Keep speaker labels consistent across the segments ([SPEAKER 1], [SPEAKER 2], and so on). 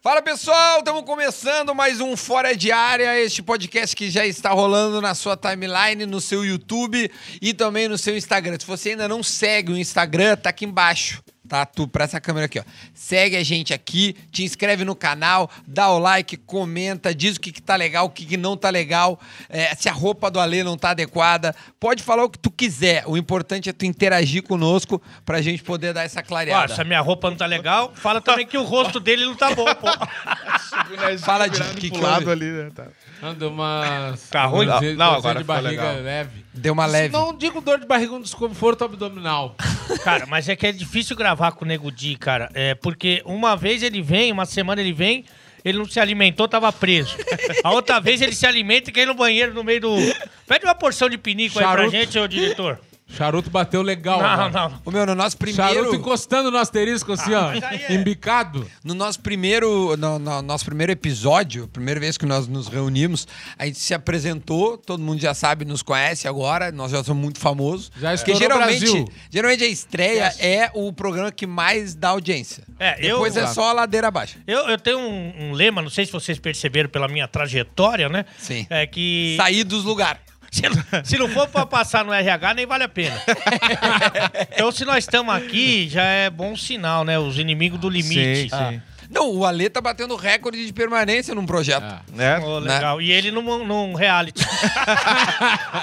[SPEAKER 1] Fala pessoal, estamos começando mais um Fora de Área, este podcast que já está rolando na sua timeline, no seu YouTube e também no seu Instagram. Se você ainda não segue o Instagram, tá aqui embaixo. Tá, tu, pra essa câmera aqui, ó. Segue a gente aqui, te inscreve no canal, dá o like, comenta, diz o que, que tá legal, o que, que não tá legal, é, se a roupa do Alê não tá adequada. Pode falar o que tu quiser, o importante é tu interagir conosco pra gente poder dar essa
[SPEAKER 2] Ó,
[SPEAKER 1] clareada.
[SPEAKER 2] se a minha roupa não tá legal, fala também que o rosto dele não tá bom, pô.
[SPEAKER 1] Fala de que, que
[SPEAKER 3] pro
[SPEAKER 1] houve?
[SPEAKER 3] lado ali, né? Tá.
[SPEAKER 4] Não, deu uma.
[SPEAKER 2] Tá ruim?
[SPEAKER 4] uma dor de-
[SPEAKER 2] Não,
[SPEAKER 4] dor
[SPEAKER 2] agora
[SPEAKER 4] de
[SPEAKER 2] ficou
[SPEAKER 4] barriga
[SPEAKER 2] legal.
[SPEAKER 4] leve.
[SPEAKER 1] Deu uma leve.
[SPEAKER 4] Não digo dor de barriga, um desconforto abdominal.
[SPEAKER 2] Cara, mas é que é difícil gravar com o Nego Di, cara. É porque uma vez ele vem, uma semana ele vem, ele não se alimentou, tava preso. A outra vez ele se alimenta e quer ir no banheiro no meio do. Pede uma porção de pinico aí
[SPEAKER 4] Charuto.
[SPEAKER 2] pra gente, ô diretor.
[SPEAKER 4] Charuto bateu legal.
[SPEAKER 2] Não,
[SPEAKER 4] mano.
[SPEAKER 2] não.
[SPEAKER 1] Ô, meu, no nosso
[SPEAKER 4] Charuto
[SPEAKER 1] primeiro.
[SPEAKER 4] encostando no asterisco assim, ó.
[SPEAKER 2] mas aí é-
[SPEAKER 4] Embicado.
[SPEAKER 1] No nosso primeiro. No, no nosso primeiro episódio, a primeira vez que nós nos reunimos, a gente se apresentou, todo mundo já sabe, nos conhece agora, nós já somos muito famosos.
[SPEAKER 4] Já
[SPEAKER 1] Porque
[SPEAKER 4] estourou o
[SPEAKER 1] geralmente,
[SPEAKER 4] Brasil.
[SPEAKER 1] geralmente a estreia é o programa que mais dá audiência.
[SPEAKER 2] É, eu-
[SPEAKER 1] Depois é só a ladeira abaixo.
[SPEAKER 2] Eu, eu tenho um, um lema, não sei se vocês perceberam pela minha trajetória, né?
[SPEAKER 1] Sim.
[SPEAKER 2] É que.
[SPEAKER 1] Sair dos lugares.
[SPEAKER 2] Se, não- se não for pra passar no RH, nem vale a pena. então, se nós estamos aqui, já é bom sinal, né? Os inimigos do limite.
[SPEAKER 3] sim.
[SPEAKER 1] Não, o Ale tá batendo recorde de permanência num projeto.
[SPEAKER 4] Ah.
[SPEAKER 3] Né?
[SPEAKER 2] Ô, legal. E ele num, num reality.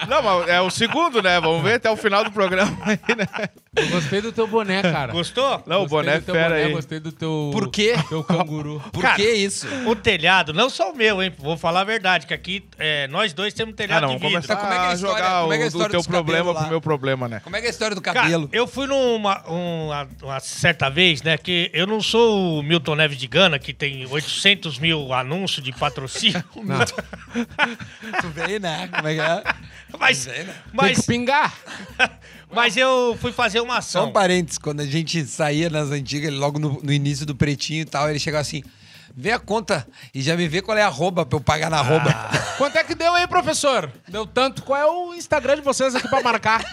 [SPEAKER 3] Não, mas é o segundo, né? Vamos ver até o final do programa aí, né?
[SPEAKER 4] Eu gostei do teu boné, cara.
[SPEAKER 2] Gostou?
[SPEAKER 3] Não, o
[SPEAKER 4] Gostei
[SPEAKER 3] boné é
[SPEAKER 4] do teu
[SPEAKER 3] fera aí.
[SPEAKER 4] Gostei do teu.
[SPEAKER 1] Por quê?
[SPEAKER 4] Teu canguru.
[SPEAKER 1] Por
[SPEAKER 2] Cara,
[SPEAKER 1] que isso?
[SPEAKER 2] O telhado, não só o meu, hein? Vou falar a verdade, que aqui é, nós dois temos um
[SPEAKER 3] Ah,
[SPEAKER 2] telhado
[SPEAKER 3] não, vamos
[SPEAKER 2] de vidro.
[SPEAKER 3] começar
[SPEAKER 1] Tá, como é que é a
[SPEAKER 3] a
[SPEAKER 1] história-
[SPEAKER 3] jogar
[SPEAKER 1] como é que é a
[SPEAKER 3] o
[SPEAKER 1] história
[SPEAKER 3] do teu
[SPEAKER 1] dos
[SPEAKER 3] problema
[SPEAKER 1] cabelos lá?
[SPEAKER 3] pro meu problema, né?
[SPEAKER 1] Como é que é a história do
[SPEAKER 2] Cara,
[SPEAKER 1] cabelo?
[SPEAKER 2] eu fui numa uma, uma certa vez, né? Que eu não sou o Milton Neves de Gana, que tem 800 mil anúncios de patrocínio.
[SPEAKER 1] Tu vem, né? Como é que é?
[SPEAKER 2] mas,
[SPEAKER 1] Pois é, né?
[SPEAKER 4] Tem
[SPEAKER 2] mas,
[SPEAKER 4] que pingar.
[SPEAKER 2] mas eu fui fazer uma
[SPEAKER 1] Só
[SPEAKER 2] ação.
[SPEAKER 1] um parênteses, quando a gente saía nas antigas, logo no, no início do pretinho e tal, ele chegava assim: vê a conta e já me vê qual é a arroba pra eu pagar na arroba.
[SPEAKER 2] Ah,
[SPEAKER 4] Quanto é que deu aí, professor? Deu tanto. Qual é o Instagram de vocês aqui pra marcar?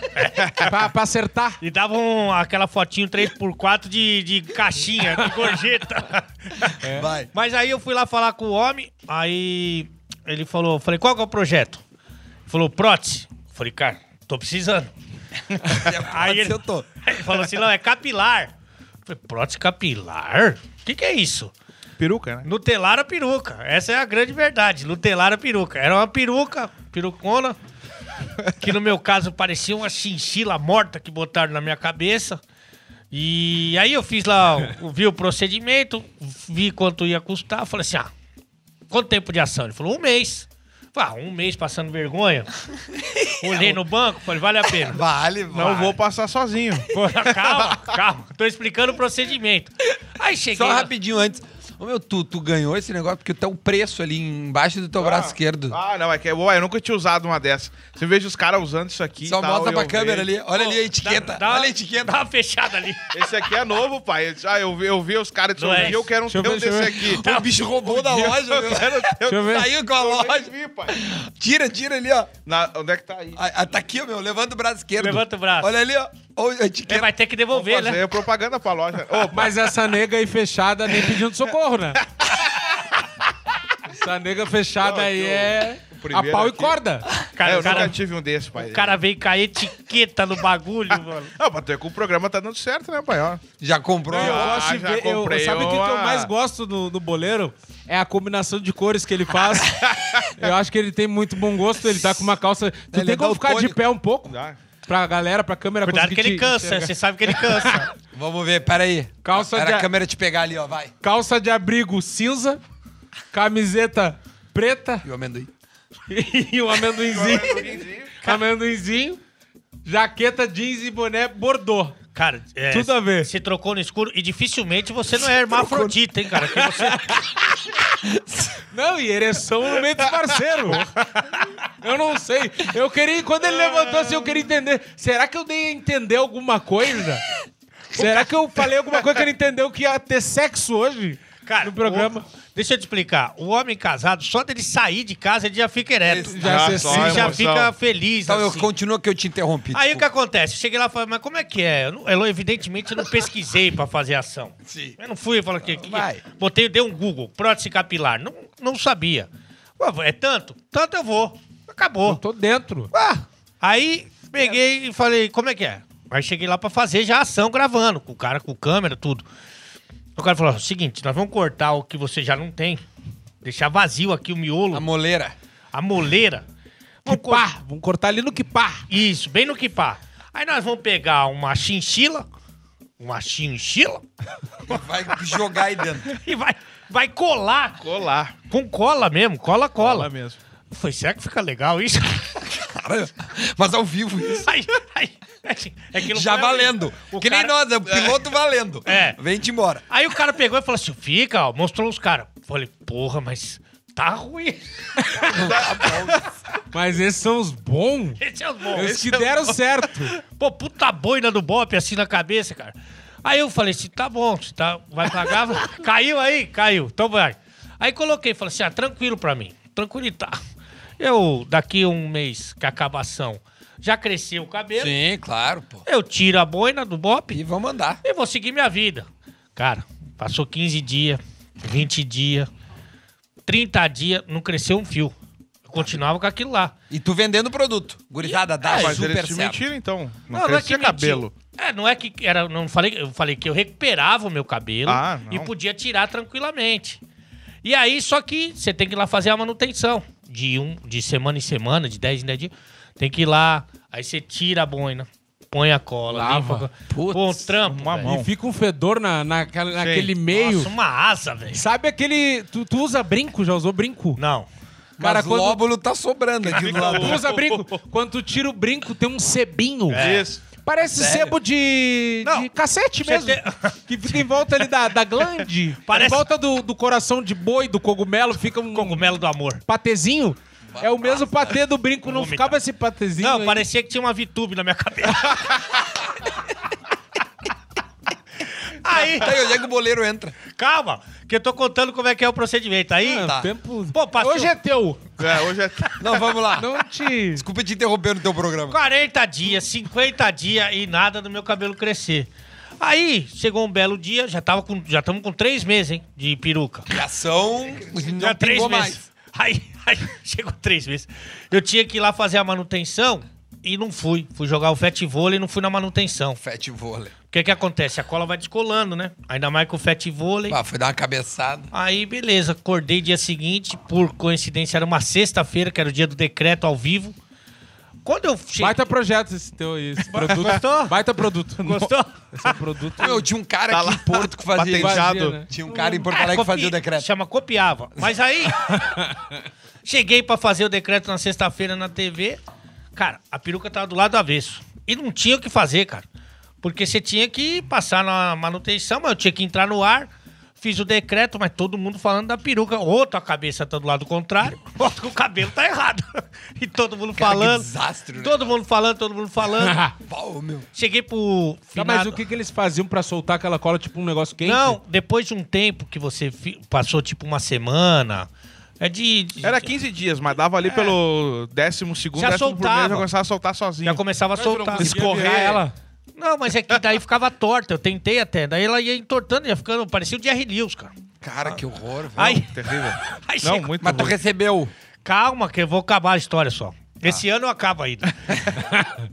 [SPEAKER 4] pra, pra acertar.
[SPEAKER 2] E dava um- aquela fotinho 3x4 de, de caixinha, de gorjeta. é.
[SPEAKER 1] Vai.
[SPEAKER 2] Mas aí eu fui lá falar com o homem, aí ele falou, eu falei, qual que é o projeto? Ele falou, prótese. Eu falei, cara, tô precisando.
[SPEAKER 1] Aí
[SPEAKER 2] Aí
[SPEAKER 1] eu
[SPEAKER 2] ele-
[SPEAKER 1] tô.
[SPEAKER 2] Ele falou assim, não, é capilar. Eu falei, prótese capilar? O que que é isso?
[SPEAKER 3] Peruca, né?
[SPEAKER 2] Nutelar a peruca. Essa é a grande verdade. Nutelar a peruca. Era uma peruca, perucona, que no meu caso parecia uma chinchila morta que botaram na minha cabeça. E aí eu fiz lá, o- vi o procedimento, vi quanto ia custar. Falei assim: ah, quanto tempo de ação? Ele falou: um mês. Falei, ah, um mês passando vergonha. Olhei no banco, falei: vale a pena.
[SPEAKER 1] Vale, vale.
[SPEAKER 3] Não vou passar sozinho.
[SPEAKER 2] Pô, Calma, calma. Tô explicando o procedimento. Aí cheguei.
[SPEAKER 1] Só
[SPEAKER 2] lá-
[SPEAKER 1] rapidinho antes. Ô meu, tu, tu ganhou esse negócio porque tá o preço ali embaixo do teu braço esquerdo.
[SPEAKER 3] Ah, não, é que ué, eu nunca tinha usado uma dessa. Você veja os caras usando isso aqui. e
[SPEAKER 1] Só
[SPEAKER 3] tal,
[SPEAKER 1] mostra
[SPEAKER 3] eu
[SPEAKER 1] pra câmera
[SPEAKER 3] vejo.
[SPEAKER 1] ali. Olha ali a etiqueta.
[SPEAKER 2] Dá- dá-
[SPEAKER 1] Olha a etiqueta.
[SPEAKER 2] Dá uma fechada ali.
[SPEAKER 3] Esse aqui é novo, pai. Ah, eu vi, eu vi os caras desse
[SPEAKER 2] Não é
[SPEAKER 3] dia, eu
[SPEAKER 2] esse.
[SPEAKER 3] quero um
[SPEAKER 4] Deixa eu
[SPEAKER 3] teu
[SPEAKER 4] ver, deixa eu
[SPEAKER 3] desse aqui. um
[SPEAKER 1] O bicho roubou da loja, meu.
[SPEAKER 3] Deixa
[SPEAKER 4] eu ver.
[SPEAKER 1] Saiu com a loja.
[SPEAKER 3] vi, pai.
[SPEAKER 1] Tira, tira ali, ó.
[SPEAKER 3] Na- onde é que tá aí?
[SPEAKER 1] Ah, ah, Tá aqui, ó, meu. Levanta o braço esquerdo.
[SPEAKER 2] Levanta o braço.
[SPEAKER 1] Olha ali, ó. Olha a
[SPEAKER 2] Ele
[SPEAKER 1] etiqueta.
[SPEAKER 2] vai ter que devolver,
[SPEAKER 3] Fazer
[SPEAKER 2] né?
[SPEAKER 3] propaganda pra loja. Ô,
[SPEAKER 4] Mas essa nega aí fechada nem pedindo socorro, né? Essa nega fechada
[SPEAKER 3] Não,
[SPEAKER 4] aí
[SPEAKER 3] eu-
[SPEAKER 4] é
[SPEAKER 3] o
[SPEAKER 4] a
[SPEAKER 3] primeiro
[SPEAKER 4] pau e
[SPEAKER 3] aqui-
[SPEAKER 4] corda.
[SPEAKER 2] Cara,
[SPEAKER 3] é,
[SPEAKER 2] o
[SPEAKER 3] eu
[SPEAKER 2] cara,
[SPEAKER 3] nunca tive um desse, pai.
[SPEAKER 2] o cara veio com a etiqueta no bagulho, mano.
[SPEAKER 3] Não, mas tu é que o programa tá dando certo, né, pai? Ó.
[SPEAKER 1] Já comprou?
[SPEAKER 3] Eu
[SPEAKER 4] Eu
[SPEAKER 3] Ah,
[SPEAKER 4] gosto de
[SPEAKER 3] já
[SPEAKER 4] ver- eu-
[SPEAKER 3] comprei
[SPEAKER 4] sabe o que que eu
[SPEAKER 3] uma.
[SPEAKER 4] mais gosto do, do boleiro? É a combinação de cores que ele faz. eu acho que ele tem muito bom gosto. Ele tá com uma calça. Tu
[SPEAKER 1] Ele
[SPEAKER 4] tem
[SPEAKER 1] dá o
[SPEAKER 4] como ficar
[SPEAKER 1] tônico.
[SPEAKER 4] de pé um pouco?
[SPEAKER 3] Dá.
[SPEAKER 4] Pra galera, pra câmera
[SPEAKER 2] Cuidado que
[SPEAKER 4] conseguir
[SPEAKER 2] ele
[SPEAKER 4] te
[SPEAKER 2] cansa, assim.
[SPEAKER 4] enxergar.
[SPEAKER 2] você sabe que ele cansa.
[SPEAKER 1] Vamos ver, peraí.
[SPEAKER 4] Calça
[SPEAKER 1] Era
[SPEAKER 4] de-
[SPEAKER 1] a câmera te pegar ali, ó, vai.
[SPEAKER 4] Calça de abrigo cinza, camiseta preta
[SPEAKER 1] E o amendoim.
[SPEAKER 4] e um amendoinzinho. amendoinzinho, jaqueta jeans e boné bordô.
[SPEAKER 2] Cara, é,
[SPEAKER 4] Tudo a ver.
[SPEAKER 2] se trocou no escuro e dificilmente você não é hermafrodita, hein, cara? Porque você-
[SPEAKER 4] Não, e um ereção no meio dos parceiros. Eu não sei. Eu queria, quando ele levantou assim, eu queria entender. Será que eu dei a entender alguma coisa? Será que eu falei alguma coisa que ele entendeu que ia ter sexo hoje?
[SPEAKER 2] Cara,
[SPEAKER 4] no programa.
[SPEAKER 2] o- deixa eu te explicar. O homem casado, só dele sair de casa, ele já fica ereto.
[SPEAKER 4] Já
[SPEAKER 3] Ah,
[SPEAKER 4] se
[SPEAKER 3] só
[SPEAKER 4] sente
[SPEAKER 2] ele já
[SPEAKER 3] emoção.
[SPEAKER 2] fica feliz.
[SPEAKER 1] Então, eu
[SPEAKER 2] assim.
[SPEAKER 1] continua que eu te interrompi.
[SPEAKER 2] Aí o que
[SPEAKER 1] desculpa.
[SPEAKER 2] acontece? Eu cheguei lá e falei, mas como é que é? Eu, não- eu, evidentemente eu não pesquisei pra fazer ação.
[SPEAKER 1] Sim.
[SPEAKER 2] Eu não fui e falei, que, que,
[SPEAKER 1] Vai.
[SPEAKER 2] botei, dei um Google, prótese capilar. Não, não sabia. Ué, é tanto? Tanto eu vou. Acabou.
[SPEAKER 4] Eu tô dentro.
[SPEAKER 2] Ah, aí peguei e falei, como é que é? Aí cheguei lá pra fazer já a ação gravando, com o cara, com câmera, tudo. O cara falou, ó, seguinte, nós vamos cortar o que você já não tem, deixar vazio aqui o
[SPEAKER 1] A
[SPEAKER 2] miolo,
[SPEAKER 1] moleira.
[SPEAKER 2] a moleira. Vamos cor-
[SPEAKER 4] Quipá. Vamos cortar ali no quipá.
[SPEAKER 2] Isso, bem no quipá. Aí nós vamos pegar uma chinchila, uma chinchila,
[SPEAKER 1] Vai jogar aí dentro.
[SPEAKER 2] e vai, vai colar,
[SPEAKER 3] Colar.
[SPEAKER 2] com cola mesmo, cola, cola.
[SPEAKER 3] Colar mesmo.
[SPEAKER 2] Eu falei, será que fica legal isso?
[SPEAKER 1] Caramba. Mas ao vivo isso.
[SPEAKER 2] Ai, ai, é que não
[SPEAKER 1] Já
[SPEAKER 2] foi eu.
[SPEAKER 1] valendo.
[SPEAKER 2] O
[SPEAKER 1] que nem
[SPEAKER 2] cara-
[SPEAKER 1] nós, é o piloto valendo.
[SPEAKER 2] É.
[SPEAKER 1] Vem-te embora.
[SPEAKER 2] Aí o cara pegou e falou assim: fica, ó, mostrou os caras. Falei, porra, mas tá ruim.
[SPEAKER 4] Mas esses são os bons.
[SPEAKER 2] Esse é o bom.
[SPEAKER 4] Os
[SPEAKER 2] Esse
[SPEAKER 4] que
[SPEAKER 2] é o
[SPEAKER 4] deram
[SPEAKER 2] bom.
[SPEAKER 4] certo.
[SPEAKER 2] Pô, puta boina do Bop assim na cabeça, cara. Aí eu falei assim: tá bom, se tá, vai pagar. caiu aí? Caiu, então vai. Aí coloquei, falei assim: ah, tranquilo pra mim, tranquilidade. Eu, daqui um mês que acaba a ação, já cresceu o cabelo,
[SPEAKER 1] Sim, claro, pô.
[SPEAKER 2] eu tiro a boina do Bop
[SPEAKER 1] E vamos andar.
[SPEAKER 2] e vou seguir minha vida. Cara, passou 15 dias, 20 dias, 30 dias, não cresceu um fio. Eu continuava com aquilo lá.
[SPEAKER 1] E tu vendendo produto. Gurizada, dá
[SPEAKER 3] É, Mas
[SPEAKER 1] É, super
[SPEAKER 3] eles te
[SPEAKER 1] certo.
[SPEAKER 3] mentiram, então. Não, crescia
[SPEAKER 2] mentiu.
[SPEAKER 3] cabelo.
[SPEAKER 2] É, não é que era, não falei, eu falei que eu recuperava o meu cabelo
[SPEAKER 3] Ah, não.
[SPEAKER 2] e podia tirar tranquilamente. E aí só que você tem que ir lá fazer a manutenção de um de semana em semana, de 10 em 10 dias. Tem que ir lá, aí você tira a boina, põe a cola,
[SPEAKER 4] Lava.
[SPEAKER 2] limpa, a cola.
[SPEAKER 4] Putz,
[SPEAKER 2] Pô, um trampo,
[SPEAKER 3] uma
[SPEAKER 2] velho.
[SPEAKER 3] mão.
[SPEAKER 4] E fica um fedor na, naquela- naquele meio.
[SPEAKER 2] Nossa, uma asa, velho.
[SPEAKER 4] Sabe aquele. Tu, tu usa brinco? Já usou brinco?
[SPEAKER 2] Não.
[SPEAKER 1] Cara,
[SPEAKER 4] Cara,
[SPEAKER 1] Mas
[SPEAKER 4] quando-
[SPEAKER 1] lóbulo tá sobrando aqui do lado.
[SPEAKER 4] Tu usa brinco? Quando tu tira o brinco, tem um sebinho.
[SPEAKER 3] Isso.
[SPEAKER 4] Parece sebo de,
[SPEAKER 2] É. Não.
[SPEAKER 4] de cacete mesmo. Que fica em volta ali da, da glande.
[SPEAKER 2] Parece-
[SPEAKER 4] Em volta do, do coração de boi, do cogumelo, fica um
[SPEAKER 2] Cogumelo do amor.
[SPEAKER 4] patezinho. É o mesmo patê do brinco, não
[SPEAKER 2] vomitar.
[SPEAKER 4] ficava esse patezinho.
[SPEAKER 2] Não,
[SPEAKER 4] aí.
[SPEAKER 2] parecia que tinha uma VTube na minha cabeça. Aí,
[SPEAKER 1] Tá aí, onde é que o boleiro entra?
[SPEAKER 2] calma, que eu tô contando como é que é o procedimento. Aí,
[SPEAKER 4] Ah,
[SPEAKER 1] Tá.
[SPEAKER 4] tempo...
[SPEAKER 2] Pô, passou-
[SPEAKER 4] Hoje é teu.
[SPEAKER 3] É, hoje é.
[SPEAKER 1] Não, vamos lá.
[SPEAKER 4] Não te.
[SPEAKER 1] Desculpa te interromper no teu programa.
[SPEAKER 2] 40 dias, 50 dias e nada do meu cabelo crescer. Aí, chegou um belo dia, já tava com, já estamos com três meses, hein, de peruca.
[SPEAKER 1] Já são...
[SPEAKER 2] já
[SPEAKER 1] Não
[SPEAKER 2] três
[SPEAKER 1] pingou
[SPEAKER 2] meses.
[SPEAKER 1] mais.
[SPEAKER 2] Aí, aí, chegou três meses. Eu tinha que ir lá fazer a manutenção e não fui. Fui jogar o fat vôlei e não fui na manutenção.
[SPEAKER 1] Fete vôlei.
[SPEAKER 2] O que que acontece? A cola vai descolando, né? Ainda mais com o fat vôlei.
[SPEAKER 1] Ah, foi dar uma cabeçada.
[SPEAKER 2] Aí, beleza, acordei dia seguinte, por coincidência, era uma sexta-feira, que era o dia do decreto ao vivo. Quando eu cheguei.
[SPEAKER 4] Baita projeto esse teu esse produto.
[SPEAKER 2] Gostou?
[SPEAKER 4] Baita produto.
[SPEAKER 2] Gostou?
[SPEAKER 4] Esse é produto.
[SPEAKER 1] Meu, tinha um cara aqui em Porto que fazia isso.
[SPEAKER 3] Patentado.
[SPEAKER 4] Vazia, né?
[SPEAKER 1] Tinha um cara em Porto
[SPEAKER 2] É,
[SPEAKER 1] Alegre que
[SPEAKER 2] copi-
[SPEAKER 1] fazia o decreto.
[SPEAKER 2] Chama copiava. Mas aí, cheguei pra fazer o decreto na sexta-feira na TV. Cara, a peruca tava do lado avesso. E não tinha o que fazer, cara. Porque você tinha que passar na manutenção, mas eu tinha que entrar no ar. Fiz o decreto, mas todo mundo falando da peruca. Outra cabeça tá do lado contrário, outro que o cabelo tá errado. E todo mundo
[SPEAKER 1] Cara, que
[SPEAKER 2] falando.
[SPEAKER 1] desastre, né?
[SPEAKER 2] Todo mundo falando, todo mundo falando.
[SPEAKER 1] Pau, meu.
[SPEAKER 2] Cheguei pro
[SPEAKER 4] Tá,
[SPEAKER 2] final.
[SPEAKER 4] mas o que, que eles faziam pra soltar aquela cola, tipo um negócio quente?
[SPEAKER 2] Não, depois de um tempo que você fi- passou tipo uma semana. É de. de-
[SPEAKER 3] Era 15 dias, mas dava ali pelo 12 segundo,
[SPEAKER 2] Já
[SPEAKER 3] décimo
[SPEAKER 2] soltava.
[SPEAKER 3] primeiro, já começava a soltar sozinho.
[SPEAKER 2] Já começava a
[SPEAKER 3] Mas eu não
[SPEAKER 2] soltar.
[SPEAKER 3] conseguia
[SPEAKER 2] Escorrer.
[SPEAKER 3] virar
[SPEAKER 4] ela.
[SPEAKER 2] Não, mas é que daí ficava torta. Eu tentei até. Daí ela ia entortando, ia ficando. Parecia o Jerry Lewis, cara.
[SPEAKER 1] Cara, que horror, velho.
[SPEAKER 2] Aí,
[SPEAKER 3] Terrível.
[SPEAKER 2] aí
[SPEAKER 3] Não,
[SPEAKER 2] chega-
[SPEAKER 3] muito
[SPEAKER 1] Mas tu
[SPEAKER 3] ruim.
[SPEAKER 1] recebeu.
[SPEAKER 2] Calma, que eu vou acabar a história só. Esse ano eu acabo ainda.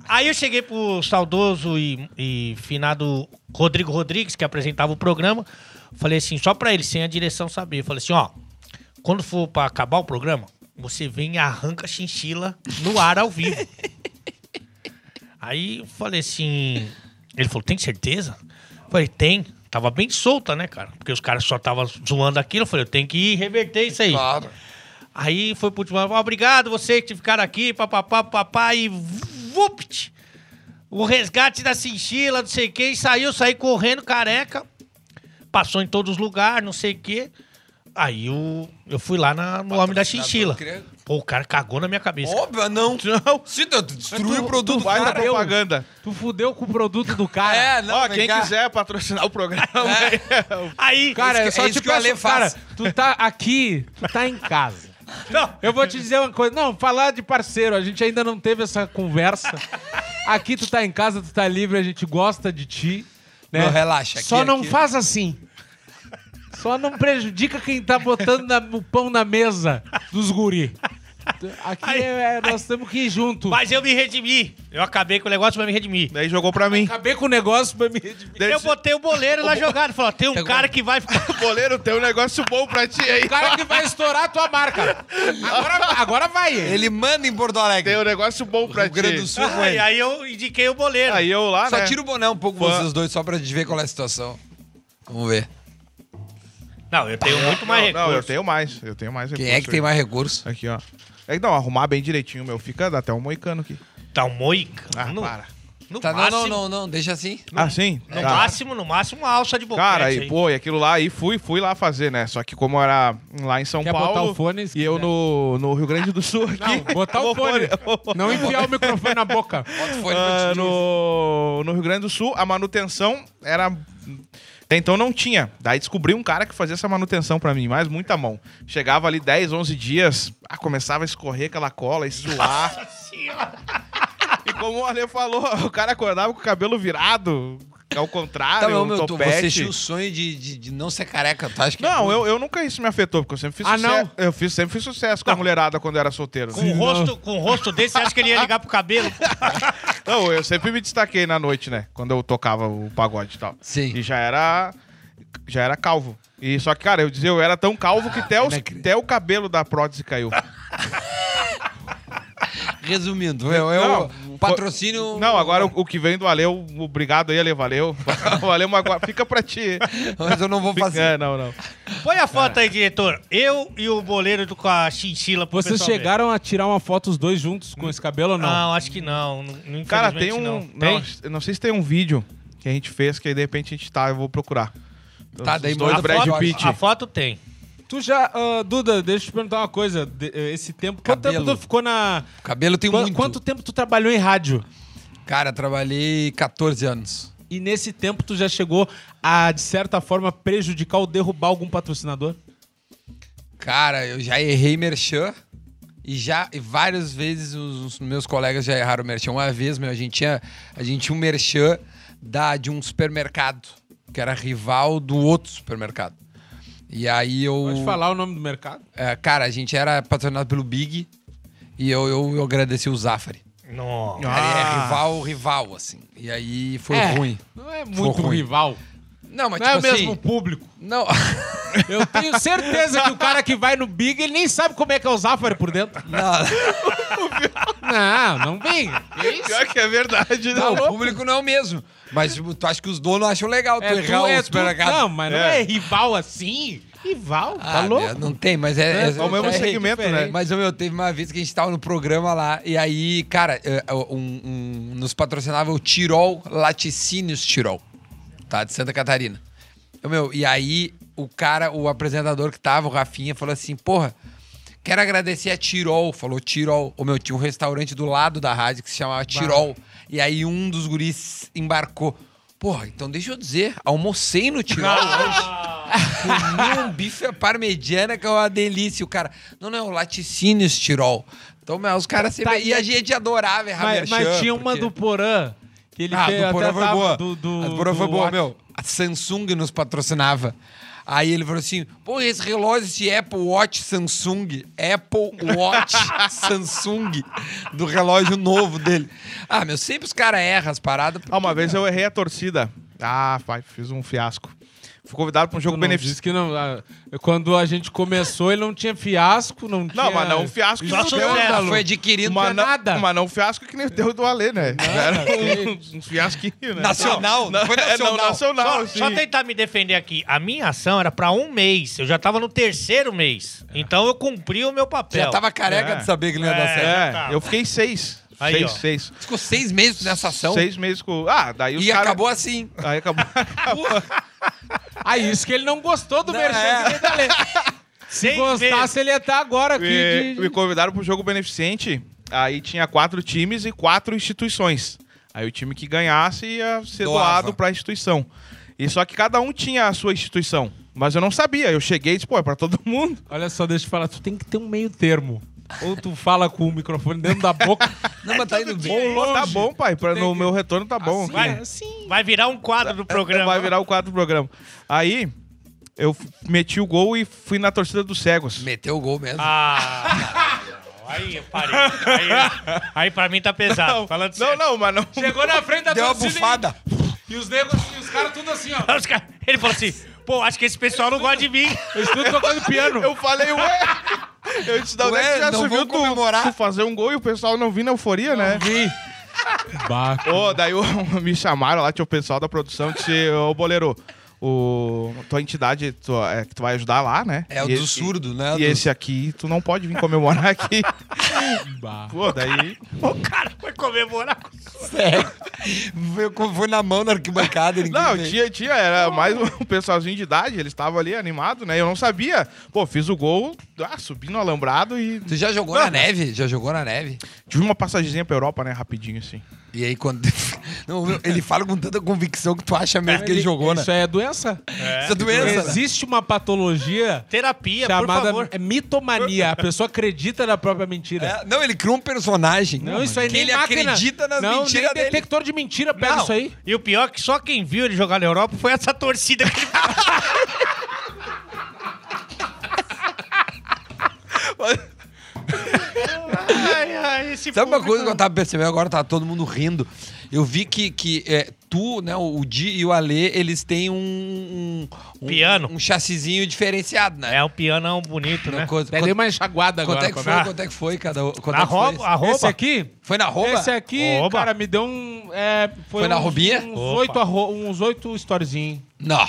[SPEAKER 2] aí eu cheguei pro saudoso e, e finado Rodrigo Rodrigues, que apresentava o programa. Falei assim, só pra ele, sem a direção saber. Falei assim, ó, quando for pra acabar o programa, você vem e arranca a chinchila no ar ao vivo. Aí eu falei assim. Ele falou: tem certeza? Eu falei, tem. Tava bem solta, né, cara? Porque os caras só estavam zoando aquilo. Eu falei, eu tenho que ir reverter isso aí.
[SPEAKER 1] Claro.
[SPEAKER 2] Aí foi pro último ano, obrigado vocês que ficaram aqui, papapá, papapá, e vupt! O resgate da cinchila, não sei o que, e saiu, saí correndo, careca, passou em todos os lugares, não sei o que. Aí eu, eu fui lá na- no Homem da Chinchila.
[SPEAKER 1] Patrocinador,
[SPEAKER 2] Pô, o cara cagou na minha cabeça.
[SPEAKER 1] Óbvio, não.
[SPEAKER 3] Não.
[SPEAKER 1] Se tu destruir
[SPEAKER 4] Tu-
[SPEAKER 1] o produto,
[SPEAKER 4] tu
[SPEAKER 3] Vai na
[SPEAKER 4] Cara, eu-
[SPEAKER 3] propaganda.
[SPEAKER 4] Tu fudeu com o produto do cara.
[SPEAKER 1] É, não,
[SPEAKER 3] Ó,
[SPEAKER 1] vem
[SPEAKER 3] quem
[SPEAKER 1] cá.
[SPEAKER 3] quiser patrocinar o programa.
[SPEAKER 2] Aí,
[SPEAKER 4] Cara,
[SPEAKER 1] É
[SPEAKER 4] eu
[SPEAKER 1] isso que-
[SPEAKER 4] só
[SPEAKER 1] é
[SPEAKER 4] te
[SPEAKER 1] isso que o Ale
[SPEAKER 4] peço, cara,
[SPEAKER 1] faz.
[SPEAKER 4] tu tá aqui, tu tá em casa.
[SPEAKER 2] não,
[SPEAKER 4] Eu vou te dizer uma coisa. Não, falar de parceiro, a gente ainda não teve essa conversa. Aqui tu tá em casa, tu tá livre, a gente gosta de ti. Né?
[SPEAKER 1] Não, relaxa, aqui,
[SPEAKER 4] Só não
[SPEAKER 1] aqui.
[SPEAKER 4] faz assim. Só não prejudica quem tá botando na- o pão na mesa dos guri. Aqui
[SPEAKER 2] Ai,
[SPEAKER 4] é- é- nós temos que ir junto.
[SPEAKER 2] mas eu me redimi. Eu acabei com o negócio pra me redimir.
[SPEAKER 3] Daí jogou pra mim.
[SPEAKER 4] Acabei com o negócio pra me redimir.
[SPEAKER 3] Daí
[SPEAKER 2] Eu
[SPEAKER 3] disse,
[SPEAKER 2] botei o boleiro lá jogado. Falou, tem um cara que vai ficar...
[SPEAKER 3] Boleiro, tem um negócio bom pra ti aí.
[SPEAKER 4] O cara que vai estourar a tua marca. Agora, agora vai.
[SPEAKER 1] Ele manda em Porto Alegre.
[SPEAKER 3] Tem um negócio bom pra
[SPEAKER 1] Rio Grande
[SPEAKER 3] ti.
[SPEAKER 1] do Sul com
[SPEAKER 2] Aí,
[SPEAKER 1] ele.
[SPEAKER 2] aí eu indiquei o boleiro.
[SPEAKER 3] Aí eu lá,
[SPEAKER 1] Só
[SPEAKER 3] né?
[SPEAKER 1] tira o boné um pouco
[SPEAKER 3] Fã.
[SPEAKER 1] vocês dois, só pra gente ver qual é a situação. Vamos ver.
[SPEAKER 2] Não, eu tenho muito mais
[SPEAKER 3] Não, não, eu
[SPEAKER 2] recurso.
[SPEAKER 3] tenho mais. Eu tenho mais
[SPEAKER 1] Quem
[SPEAKER 3] recurso
[SPEAKER 1] é que tem
[SPEAKER 3] aí.
[SPEAKER 1] mais recurso?
[SPEAKER 3] Aqui, ó. É que não, arrumar bem direitinho, meu. Fica, dá até um moicano aqui.
[SPEAKER 2] Tá um moicano.
[SPEAKER 3] Ah, para.
[SPEAKER 2] No
[SPEAKER 1] Tá, não, não,
[SPEAKER 2] máximo,
[SPEAKER 1] não, não, deixa assim.
[SPEAKER 3] Ah, sim?
[SPEAKER 2] No
[SPEAKER 3] Tá.
[SPEAKER 2] máximo, no máximo, uma alça de boquete.
[SPEAKER 3] Cara, aí,
[SPEAKER 2] aí.
[SPEAKER 3] pô, e aquilo lá, aí fui, fui lá fazer, né? Só que como era lá em São
[SPEAKER 4] Quer
[SPEAKER 3] Paulo.
[SPEAKER 4] botar o fone, se
[SPEAKER 3] e eu
[SPEAKER 4] quiser.
[SPEAKER 3] no, no Rio Grande do Sul aqui.
[SPEAKER 4] Não, botar o
[SPEAKER 3] Vou
[SPEAKER 4] fone. Não enfiar o microfone na boca.
[SPEAKER 1] Bota o fone pra
[SPEAKER 3] Ah,
[SPEAKER 1] te dizer.
[SPEAKER 3] no, no Rio Grande do Sul, a manutenção era. Até Então não tinha. Daí descobri um cara que fazia essa manutenção pra mim, mas muita mão. Chegava ali 10, 11 dias, ah, começava a escorrer aquela cola e suar. e como o Ale falou, o cara acordava com o cabelo virado, ao
[SPEAKER 1] Tá,
[SPEAKER 3] contrário,
[SPEAKER 1] meu,
[SPEAKER 3] um
[SPEAKER 1] meu, tu,
[SPEAKER 3] topete.
[SPEAKER 1] você tinha o sonho de, de, de não ser careca, tu acha que...
[SPEAKER 3] Não, eu, eu nunca isso me afetou, porque eu sempre fiz
[SPEAKER 4] Ah,
[SPEAKER 3] sucesso.
[SPEAKER 4] não? Tá.
[SPEAKER 3] Eu fiz, sempre fiz sucesso com a mulherada quando eu era solteiro. né?
[SPEAKER 2] Com o, rosto, com o rosto desse, você acha que ele ia ligar pro cabelo?
[SPEAKER 3] Não, eu sempre me destaquei na noite, né? Quando eu tocava o pagode e tal.
[SPEAKER 1] Sim.
[SPEAKER 3] E já era. Já era calvo. E só que, cara, eu dizia, eu era tão calvo que até, os-
[SPEAKER 1] inacreditável.
[SPEAKER 3] até o cabelo da prótese caiu.
[SPEAKER 1] Resumindo, eu, eu
[SPEAKER 3] Não,
[SPEAKER 1] patrocínio...
[SPEAKER 3] Não, agora o, o que vem do Aleu, obrigado aí, Ale, valeu. Valeu, mas agora fica pra ti.
[SPEAKER 1] Mas eu não vou
[SPEAKER 3] Fica,
[SPEAKER 1] fazer.
[SPEAKER 3] é, não, não.
[SPEAKER 2] Põe a foto aí, diretor. Eu e o boleiro do- com a chinchila pro
[SPEAKER 4] Vocês
[SPEAKER 2] pessoal ver.
[SPEAKER 4] chegaram a tirar uma foto os dois juntos com esse cabelo ou não?
[SPEAKER 2] Não, acho que não. N- infelizmente
[SPEAKER 3] Cara, tem um.
[SPEAKER 2] Não.
[SPEAKER 3] Não, eu não sei se tem um vídeo que a gente fez, que aí de repente a gente tá, eu vou procurar.
[SPEAKER 1] Tá, daí
[SPEAKER 3] Os dois
[SPEAKER 1] manda Ah, Brad
[SPEAKER 2] A,
[SPEAKER 3] Brad
[SPEAKER 2] foto,
[SPEAKER 3] Pitt.
[SPEAKER 2] a foto tem.
[SPEAKER 4] Tu já, ah, Duda, deixa eu te perguntar uma coisa. De- eh, esse tempo, quanto
[SPEAKER 1] Cabelo.
[SPEAKER 4] tempo tu ficou na.
[SPEAKER 1] O Cabelo tem
[SPEAKER 4] Qua-
[SPEAKER 1] muito.
[SPEAKER 4] Quanto tempo tu trabalhou em rádio?
[SPEAKER 1] Cara, trabalhei 14 anos.
[SPEAKER 4] E nesse tempo tu já chegou a, de certa forma, prejudicar ou derrubar algum patrocinador?
[SPEAKER 1] Cara, eu já errei merchan. E já e várias vezes os, os meus colegas já erraram o merchan. Uma vez, meu, a gente tinha, a gente tinha um merchan da, de um supermercado, que era rival do outro supermercado. E aí eu.
[SPEAKER 4] Pode falar o nome do mercado?
[SPEAKER 1] é, cara, a gente era patrocinado pelo Big e eu, eu, eu agradeci o Zafari.
[SPEAKER 2] Não.
[SPEAKER 1] Cara, é
[SPEAKER 3] Ah.
[SPEAKER 1] rival, rival, assim. E aí foi
[SPEAKER 4] É.
[SPEAKER 1] ruim.
[SPEAKER 4] Não é muito
[SPEAKER 1] ruim.
[SPEAKER 4] rival.
[SPEAKER 1] Não, mas
[SPEAKER 4] não é
[SPEAKER 1] tipo
[SPEAKER 4] o mesmo
[SPEAKER 1] assim.
[SPEAKER 4] público.
[SPEAKER 1] Não.
[SPEAKER 4] Eu tenho certeza que o cara que vai no Big, ele nem sabe como é que é o Zafari por dentro.
[SPEAKER 1] não.
[SPEAKER 4] Não, não vem.
[SPEAKER 3] Pior que é verdade, né?
[SPEAKER 1] Não, o público não é o mesmo. Mas tipo, tu acha que os donos acham legal tu
[SPEAKER 4] É, tu,
[SPEAKER 1] errar
[SPEAKER 4] é
[SPEAKER 1] o
[SPEAKER 4] tu,
[SPEAKER 1] um supermercado?
[SPEAKER 4] não, mas não
[SPEAKER 3] É.
[SPEAKER 4] é rival assim. Rival?
[SPEAKER 1] Ah,
[SPEAKER 4] tá louco?
[SPEAKER 1] meu, Não tem, mas é...
[SPEAKER 3] É o mesmo segmento, né?
[SPEAKER 1] Mas, ô, meu, teve uma vez que a gente tava no programa lá, e aí, cara, é, um, um- nos patrocinava o Tirol Laticínios Tirol, tá? De Santa Catarina. Ô, meu, e aí o cara, o apresentador que tava, o Rafinha, falou assim, porra, quero agradecer a Tirol, falou Tirol. Ô, meu, tinha um restaurante do lado da rádio que se chamava Tirol. E aí um dos guris embarcou. Porra, então deixa eu dizer, almocei no Tirol hoje. Comi um bife à parmegiana que é uma delícia. O cara, não, não, é o laticínio estirol. Então, meu, os caras sempre...
[SPEAKER 4] Tá,
[SPEAKER 1] e a gente adorava errar
[SPEAKER 4] Mas, mas
[SPEAKER 1] merchan,
[SPEAKER 4] tinha uma
[SPEAKER 1] porque-
[SPEAKER 4] do Porã. Que ele
[SPEAKER 1] ah,
[SPEAKER 4] fez-
[SPEAKER 1] do
[SPEAKER 4] até
[SPEAKER 1] Porã foi
[SPEAKER 4] tava-
[SPEAKER 1] boa.
[SPEAKER 4] Do, do,
[SPEAKER 1] a do Porã foi
[SPEAKER 4] do
[SPEAKER 1] boa,
[SPEAKER 4] Ac-
[SPEAKER 1] meu. A Samsung nos patrocinava. Aí ele falou assim: pô, esse relógio de Apple Watch Samsung, Apple Watch Samsung, do relógio novo dele. Ah, meu, sempre os caras erram as paradas.
[SPEAKER 3] Ah, uma vez eu errei a torcida. Ah, pai, fiz um fiasco. Fui convidado pra um jogo
[SPEAKER 4] Não,
[SPEAKER 3] beneficente.
[SPEAKER 4] disse que não, ah, quando a gente começou, ele não tinha fiasco, não tinha...
[SPEAKER 3] mas não um fiasco que
[SPEAKER 2] Só
[SPEAKER 3] não
[SPEAKER 2] sucesso.
[SPEAKER 3] deu,
[SPEAKER 1] Ela
[SPEAKER 3] Dalu.
[SPEAKER 1] foi adquirindo é
[SPEAKER 3] Mas não,
[SPEAKER 4] nada.
[SPEAKER 3] mas não um fiasco que nem o teu do Alê, né? Era um, um fiasquinho, né?
[SPEAKER 1] nacional, não, foi
[SPEAKER 3] É,
[SPEAKER 1] nacional.
[SPEAKER 3] não, nacional,
[SPEAKER 2] Só,
[SPEAKER 3] sim.
[SPEAKER 2] só tentar me defender aqui. A minha ação era pra um mês. Eu já tava no terceiro mês. Então eu cumpri o meu papel.
[SPEAKER 1] Já tava careca
[SPEAKER 3] É.
[SPEAKER 1] de saber que não ia dar
[SPEAKER 2] É.
[SPEAKER 1] certo.
[SPEAKER 3] É, eu fiquei seis.
[SPEAKER 2] Aí,
[SPEAKER 3] seis,
[SPEAKER 2] ó.
[SPEAKER 3] seis.
[SPEAKER 1] Ficou seis meses nessa ação
[SPEAKER 3] Seis meses com... Ah, daí os
[SPEAKER 1] e
[SPEAKER 3] caras...
[SPEAKER 1] acabou assim.
[SPEAKER 3] Aí acabou.
[SPEAKER 4] Ah, isso que ele não gostou do
[SPEAKER 1] Não,
[SPEAKER 4] merchan.
[SPEAKER 1] é.
[SPEAKER 4] que ele dá lei. Se
[SPEAKER 2] Seis vezes.
[SPEAKER 4] gostasse, ele ia estar agora aqui.
[SPEAKER 3] Me,
[SPEAKER 4] de-
[SPEAKER 3] me convidaram pro jogo beneficente. Aí tinha quatro times e quatro instituições. Aí o time que ganhasse ia ser
[SPEAKER 1] Doava.
[SPEAKER 3] doado pra instituição. E só que cada um tinha a sua instituição. Mas eu não sabia. Eu cheguei e disse, pô, é pra todo mundo.
[SPEAKER 4] Olha só, deixa eu falar, tu tem que ter um meio termo. Ou tu fala com o microfone dentro da boca.
[SPEAKER 1] Não, mas tá indo bem.
[SPEAKER 3] Pô, tá bom, pai. Pra,
[SPEAKER 4] tem
[SPEAKER 3] no
[SPEAKER 4] que-
[SPEAKER 3] meu retorno tá bom.
[SPEAKER 4] assim,
[SPEAKER 2] vai.
[SPEAKER 4] é assim.
[SPEAKER 2] Vai virar um quadro do programa.
[SPEAKER 3] Vai virar o quadro do programa. Aí eu f- meti o gol e fui na torcida dos cegos.
[SPEAKER 1] Meteu o gol mesmo.
[SPEAKER 2] Ah. Aí eu parei. Aí, aí pra mim tá pesado. Falando
[SPEAKER 3] Não,
[SPEAKER 2] sério.
[SPEAKER 3] não, mas não.
[SPEAKER 4] Chegou na frente da
[SPEAKER 1] Deu uma
[SPEAKER 4] torcida e-
[SPEAKER 1] bufada.
[SPEAKER 4] E, os negros, e os caras tudo assim, ó.
[SPEAKER 2] Os caras- Ele falou assim: pô, acho que esse pessoal não gosta de mim.
[SPEAKER 4] Eles tudo tocando piano.
[SPEAKER 3] Eu falei, ué. Eu disse, não,
[SPEAKER 1] Ué,
[SPEAKER 3] né, já
[SPEAKER 1] não
[SPEAKER 3] subiu
[SPEAKER 1] vão
[SPEAKER 3] tu,
[SPEAKER 1] comemorar?
[SPEAKER 3] tu fazer um gol e o pessoal não viu na euforia, né?
[SPEAKER 4] vi. Baco.
[SPEAKER 3] Ô, daí o- me chamaram lá, tinha o pessoal da produção, disse, ô boleiro, o, tua entidade tua- é, que tu vai ajudar lá, né?
[SPEAKER 1] É o
[SPEAKER 3] E
[SPEAKER 1] do
[SPEAKER 3] esse-
[SPEAKER 1] surdo, né?
[SPEAKER 3] E
[SPEAKER 1] Do-
[SPEAKER 3] esse aqui, tu não pode vir comemorar aqui.
[SPEAKER 4] Baco.
[SPEAKER 3] Pô, daí.
[SPEAKER 2] O cara foi comemorar. com-
[SPEAKER 1] Sério. Foi, foi na mão na arquibancada. ninguém
[SPEAKER 3] Não,
[SPEAKER 1] veio.
[SPEAKER 3] tinha, tinha, era mais um pessoalzinho de idade, eles estavam ali animados, né? Eu não sabia. Pô, fiz o gol, ah, subi no alambrado e
[SPEAKER 1] Tu já jogou na neve? Já jogou na neve?
[SPEAKER 3] tive uma passagemzinha pra Europa, né? Rapidinho, assim.
[SPEAKER 1] E aí quando... Não, meu, ele fala com tanta convicção que tu acha mesmo que ele, jogou, né?
[SPEAKER 4] Isso é doença.
[SPEAKER 1] Isso é doença, né?
[SPEAKER 4] Existe uma patologia
[SPEAKER 2] Terapia, por
[SPEAKER 4] chamada
[SPEAKER 2] favor.
[SPEAKER 4] é mitomania. A pessoa acredita na própria mentira.
[SPEAKER 1] É, Não, ele criou um personagem.
[SPEAKER 4] Não, isso aí
[SPEAKER 1] que
[SPEAKER 4] nem
[SPEAKER 1] ele
[SPEAKER 4] máquina-
[SPEAKER 1] acredita nas
[SPEAKER 4] não,
[SPEAKER 1] mentiras
[SPEAKER 4] nem
[SPEAKER 1] dele.
[SPEAKER 4] detector de mentira pega
[SPEAKER 2] Não,
[SPEAKER 4] isso aí.
[SPEAKER 2] E o pior é que só quem viu ele jogar na Europa foi essa torcida que ele ai, ai, esse
[SPEAKER 1] Sabe uma
[SPEAKER 2] público-
[SPEAKER 1] coisa que eu tava percebendo agora, tá todo mundo rindo. Eu vi que, que é, tu, né, o Di e o Alê, eles têm um, um- um-
[SPEAKER 2] Piano.
[SPEAKER 1] um chassizinho diferenciado, né?
[SPEAKER 2] É um pianão bonito, né?
[SPEAKER 1] Quanto,
[SPEAKER 4] Dei uma enxaguada
[SPEAKER 1] quanto
[SPEAKER 4] agora.
[SPEAKER 1] é que
[SPEAKER 4] pra-
[SPEAKER 1] foi? Quanto é que foi cada quanto é que foi
[SPEAKER 2] Arroba,
[SPEAKER 1] esse?
[SPEAKER 2] arroba.
[SPEAKER 4] Esse aqui?
[SPEAKER 1] Foi na rouba?
[SPEAKER 4] Esse é- aqui,
[SPEAKER 2] Oba.
[SPEAKER 4] cara, me deu um... é, foi
[SPEAKER 1] Foi na
[SPEAKER 4] uns-
[SPEAKER 1] roubinha?
[SPEAKER 4] Uns
[SPEAKER 2] Opa.
[SPEAKER 4] oito, arro- uns oito storyzinhos.
[SPEAKER 1] Não,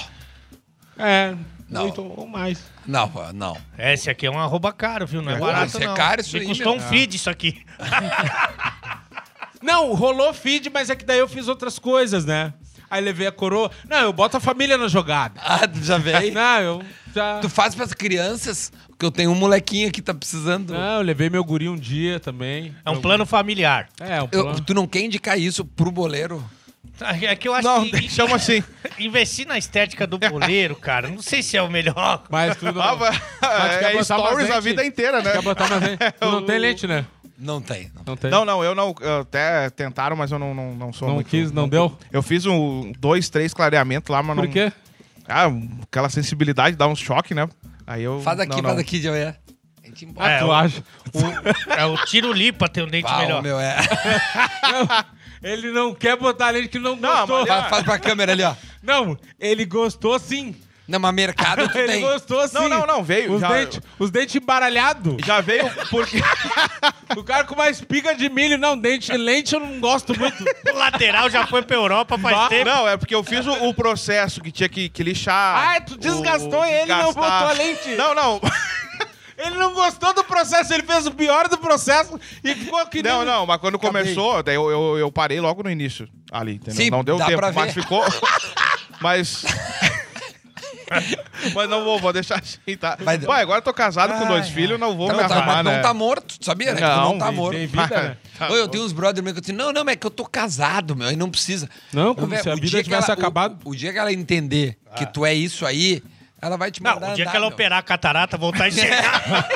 [SPEAKER 4] É,
[SPEAKER 1] Não.
[SPEAKER 4] oito ou mais.
[SPEAKER 1] não, pô, não.
[SPEAKER 2] Esse aqui é um arroba caro, viu? Não é
[SPEAKER 1] Pô,
[SPEAKER 2] barato,
[SPEAKER 1] isso é
[SPEAKER 2] não.
[SPEAKER 1] caro isso
[SPEAKER 2] Me
[SPEAKER 1] aí,
[SPEAKER 2] custou
[SPEAKER 1] meu.
[SPEAKER 2] um feed isso aqui.
[SPEAKER 4] Não, rolou feed, mas é que daí eu fiz outras coisas, né? Aí levei a coroa. Não, eu boto a família na jogada.
[SPEAKER 1] Ah, tu já veio?
[SPEAKER 4] Não, eu já...
[SPEAKER 1] tu faz pras crianças? Porque eu tenho um molequinho que tá precisando.
[SPEAKER 4] Não, eu levei meu guri um dia também.
[SPEAKER 2] É um plano familiar.
[SPEAKER 4] É, um plano.
[SPEAKER 1] Eu- tu não quer indicar isso pro boleiro?
[SPEAKER 2] É que eu acho
[SPEAKER 3] Não,
[SPEAKER 2] que
[SPEAKER 3] chama assim.
[SPEAKER 2] investir na estética do boleiro, cara, não sei se é o melhor.
[SPEAKER 4] Mas tudo...
[SPEAKER 3] Ah, vai-
[SPEAKER 4] quer
[SPEAKER 3] é
[SPEAKER 4] botar mais
[SPEAKER 3] stories a
[SPEAKER 4] lente?
[SPEAKER 3] vida inteira, né?
[SPEAKER 4] Quer botar mais lente? Tu não tem lente, né?
[SPEAKER 1] Não tem. não.
[SPEAKER 4] Não tem.
[SPEAKER 3] Não, não, eu não. eu até tentaram, mas eu não, não, não sou
[SPEAKER 4] Não
[SPEAKER 3] muito-
[SPEAKER 4] quis, não deu?
[SPEAKER 3] Eu fiz um dois, três clareamentos lá, mas
[SPEAKER 4] Por
[SPEAKER 3] não.
[SPEAKER 4] quê?
[SPEAKER 3] Ah, um- aquela sensibilidade dá um choque, né? Aí eu.
[SPEAKER 1] Faz aqui,
[SPEAKER 3] não,
[SPEAKER 1] faz
[SPEAKER 3] não.
[SPEAKER 1] aqui, já é. A gente embora.
[SPEAKER 4] Ah,
[SPEAKER 2] É,
[SPEAKER 4] tu
[SPEAKER 2] o-
[SPEAKER 4] acha?
[SPEAKER 2] É o tiro lipa ter um dente
[SPEAKER 1] Pau,
[SPEAKER 2] melhor.
[SPEAKER 1] meu, é.
[SPEAKER 4] Ele não quer botar a lente que não
[SPEAKER 3] Não,
[SPEAKER 4] gostou.
[SPEAKER 2] é
[SPEAKER 3] mas-
[SPEAKER 1] Faz, faz pra câmera ali, ó.
[SPEAKER 4] Não, ele gostou sim.
[SPEAKER 1] Não, mas mercado tu
[SPEAKER 4] Ele
[SPEAKER 1] tem.
[SPEAKER 4] gostou sim.
[SPEAKER 3] Não, não, não, veio,
[SPEAKER 4] Os
[SPEAKER 3] já-
[SPEAKER 4] dentes os dentes embaralhados.
[SPEAKER 3] Já veio porque.
[SPEAKER 4] O cara com uma espiga de milho. Não, dente, lente eu não gosto muito.
[SPEAKER 2] O lateral já foi pra Europa faz tempo.
[SPEAKER 3] não, é porque eu fiz o, o processo que tinha que, que lixar.
[SPEAKER 4] Ah, tu desgastou ele, não
[SPEAKER 3] desgastar.
[SPEAKER 4] botou a lente.
[SPEAKER 3] Não, não.
[SPEAKER 4] Ele não gostou do processo, ele fez o pior do processo e ficou que nem-
[SPEAKER 3] Não, não, mas quando começou, daí eu, eu, eu parei logo no início ali, entendeu?
[SPEAKER 1] Sim,
[SPEAKER 3] não deu
[SPEAKER 1] dá
[SPEAKER 3] tempo,
[SPEAKER 1] pra
[SPEAKER 3] mas
[SPEAKER 1] ver.
[SPEAKER 3] ficou. mas. mas não vou, vou deixar assim, tá?
[SPEAKER 1] Vai-
[SPEAKER 3] Pai, agora eu tô casado com dois filhos, não vou me
[SPEAKER 1] Não, tá,
[SPEAKER 3] arrumar,
[SPEAKER 1] mas
[SPEAKER 3] né?
[SPEAKER 1] não tá morto, tu sabia, né? que tu
[SPEAKER 3] Não,
[SPEAKER 1] não tá
[SPEAKER 3] bem-
[SPEAKER 1] morto.
[SPEAKER 4] Tem vida, né?
[SPEAKER 1] Ô, eu tenho uns brothers meus que eu disse, não, não, mas é que eu tô casado, meu, aí não precisa.
[SPEAKER 4] Não,
[SPEAKER 1] Eu,
[SPEAKER 4] como
[SPEAKER 1] velho,
[SPEAKER 4] se a
[SPEAKER 1] o
[SPEAKER 4] vida
[SPEAKER 1] dia que
[SPEAKER 4] tivesse
[SPEAKER 1] ela-
[SPEAKER 4] acabado. Ah.
[SPEAKER 1] O, o dia que ela entender que tu é isso aí, ela vai te
[SPEAKER 2] Não,
[SPEAKER 1] mandar
[SPEAKER 2] Ah, o dia
[SPEAKER 1] andar,
[SPEAKER 2] que ela
[SPEAKER 1] meu.
[SPEAKER 2] operar a catarata, voltar a enxergar.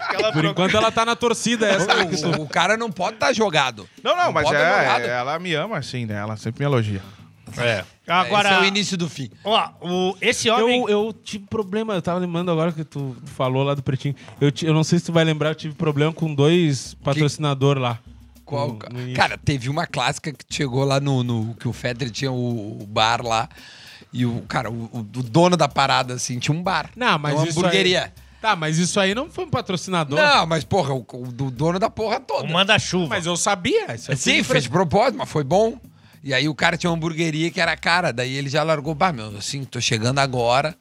[SPEAKER 3] Aquela
[SPEAKER 4] Por
[SPEAKER 3] pro-
[SPEAKER 4] enquanto ela tá na torcida essa. aqui.
[SPEAKER 1] O- O, o cara não pode estar jogado.
[SPEAKER 3] Não, não, mas
[SPEAKER 1] pode tá jogado.
[SPEAKER 3] é, ela me ama assim, né? Ela sempre me elogia.
[SPEAKER 2] é.
[SPEAKER 1] Agora,
[SPEAKER 2] Agora,
[SPEAKER 1] Esse é o início do fim.
[SPEAKER 2] ó, o, esse homem...
[SPEAKER 4] Eu, eu tive problema, eu tava lembrando agora que tu falou lá do Pretinho. Eu, ti- eu não sei se tu vai lembrar, eu tive problema com dois patrocinadores lá.
[SPEAKER 1] Qual,
[SPEAKER 4] No-
[SPEAKER 1] ca-
[SPEAKER 4] no início.
[SPEAKER 1] cara, teve uma clássica que chegou lá no. no- que o Federer tinha o, o bar lá. E o cara, o, o dono da parada, assim, tinha um bar.
[SPEAKER 4] Não, mas
[SPEAKER 1] uma
[SPEAKER 4] isso
[SPEAKER 1] hamburgueria.
[SPEAKER 4] Aí, tá, mas isso aí não foi um patrocinador.
[SPEAKER 1] Não, mas porra, o, o do dono da porra toda.
[SPEAKER 2] O manda-chuva.
[SPEAKER 4] Mas eu sabia. Isso aí foi
[SPEAKER 1] Sim,
[SPEAKER 4] de
[SPEAKER 1] fez de propósito, mas foi bom. E aí o cara tinha uma hamburgueria que era cara, daí ele já largou, bah, meu, assim, tô chegando agora.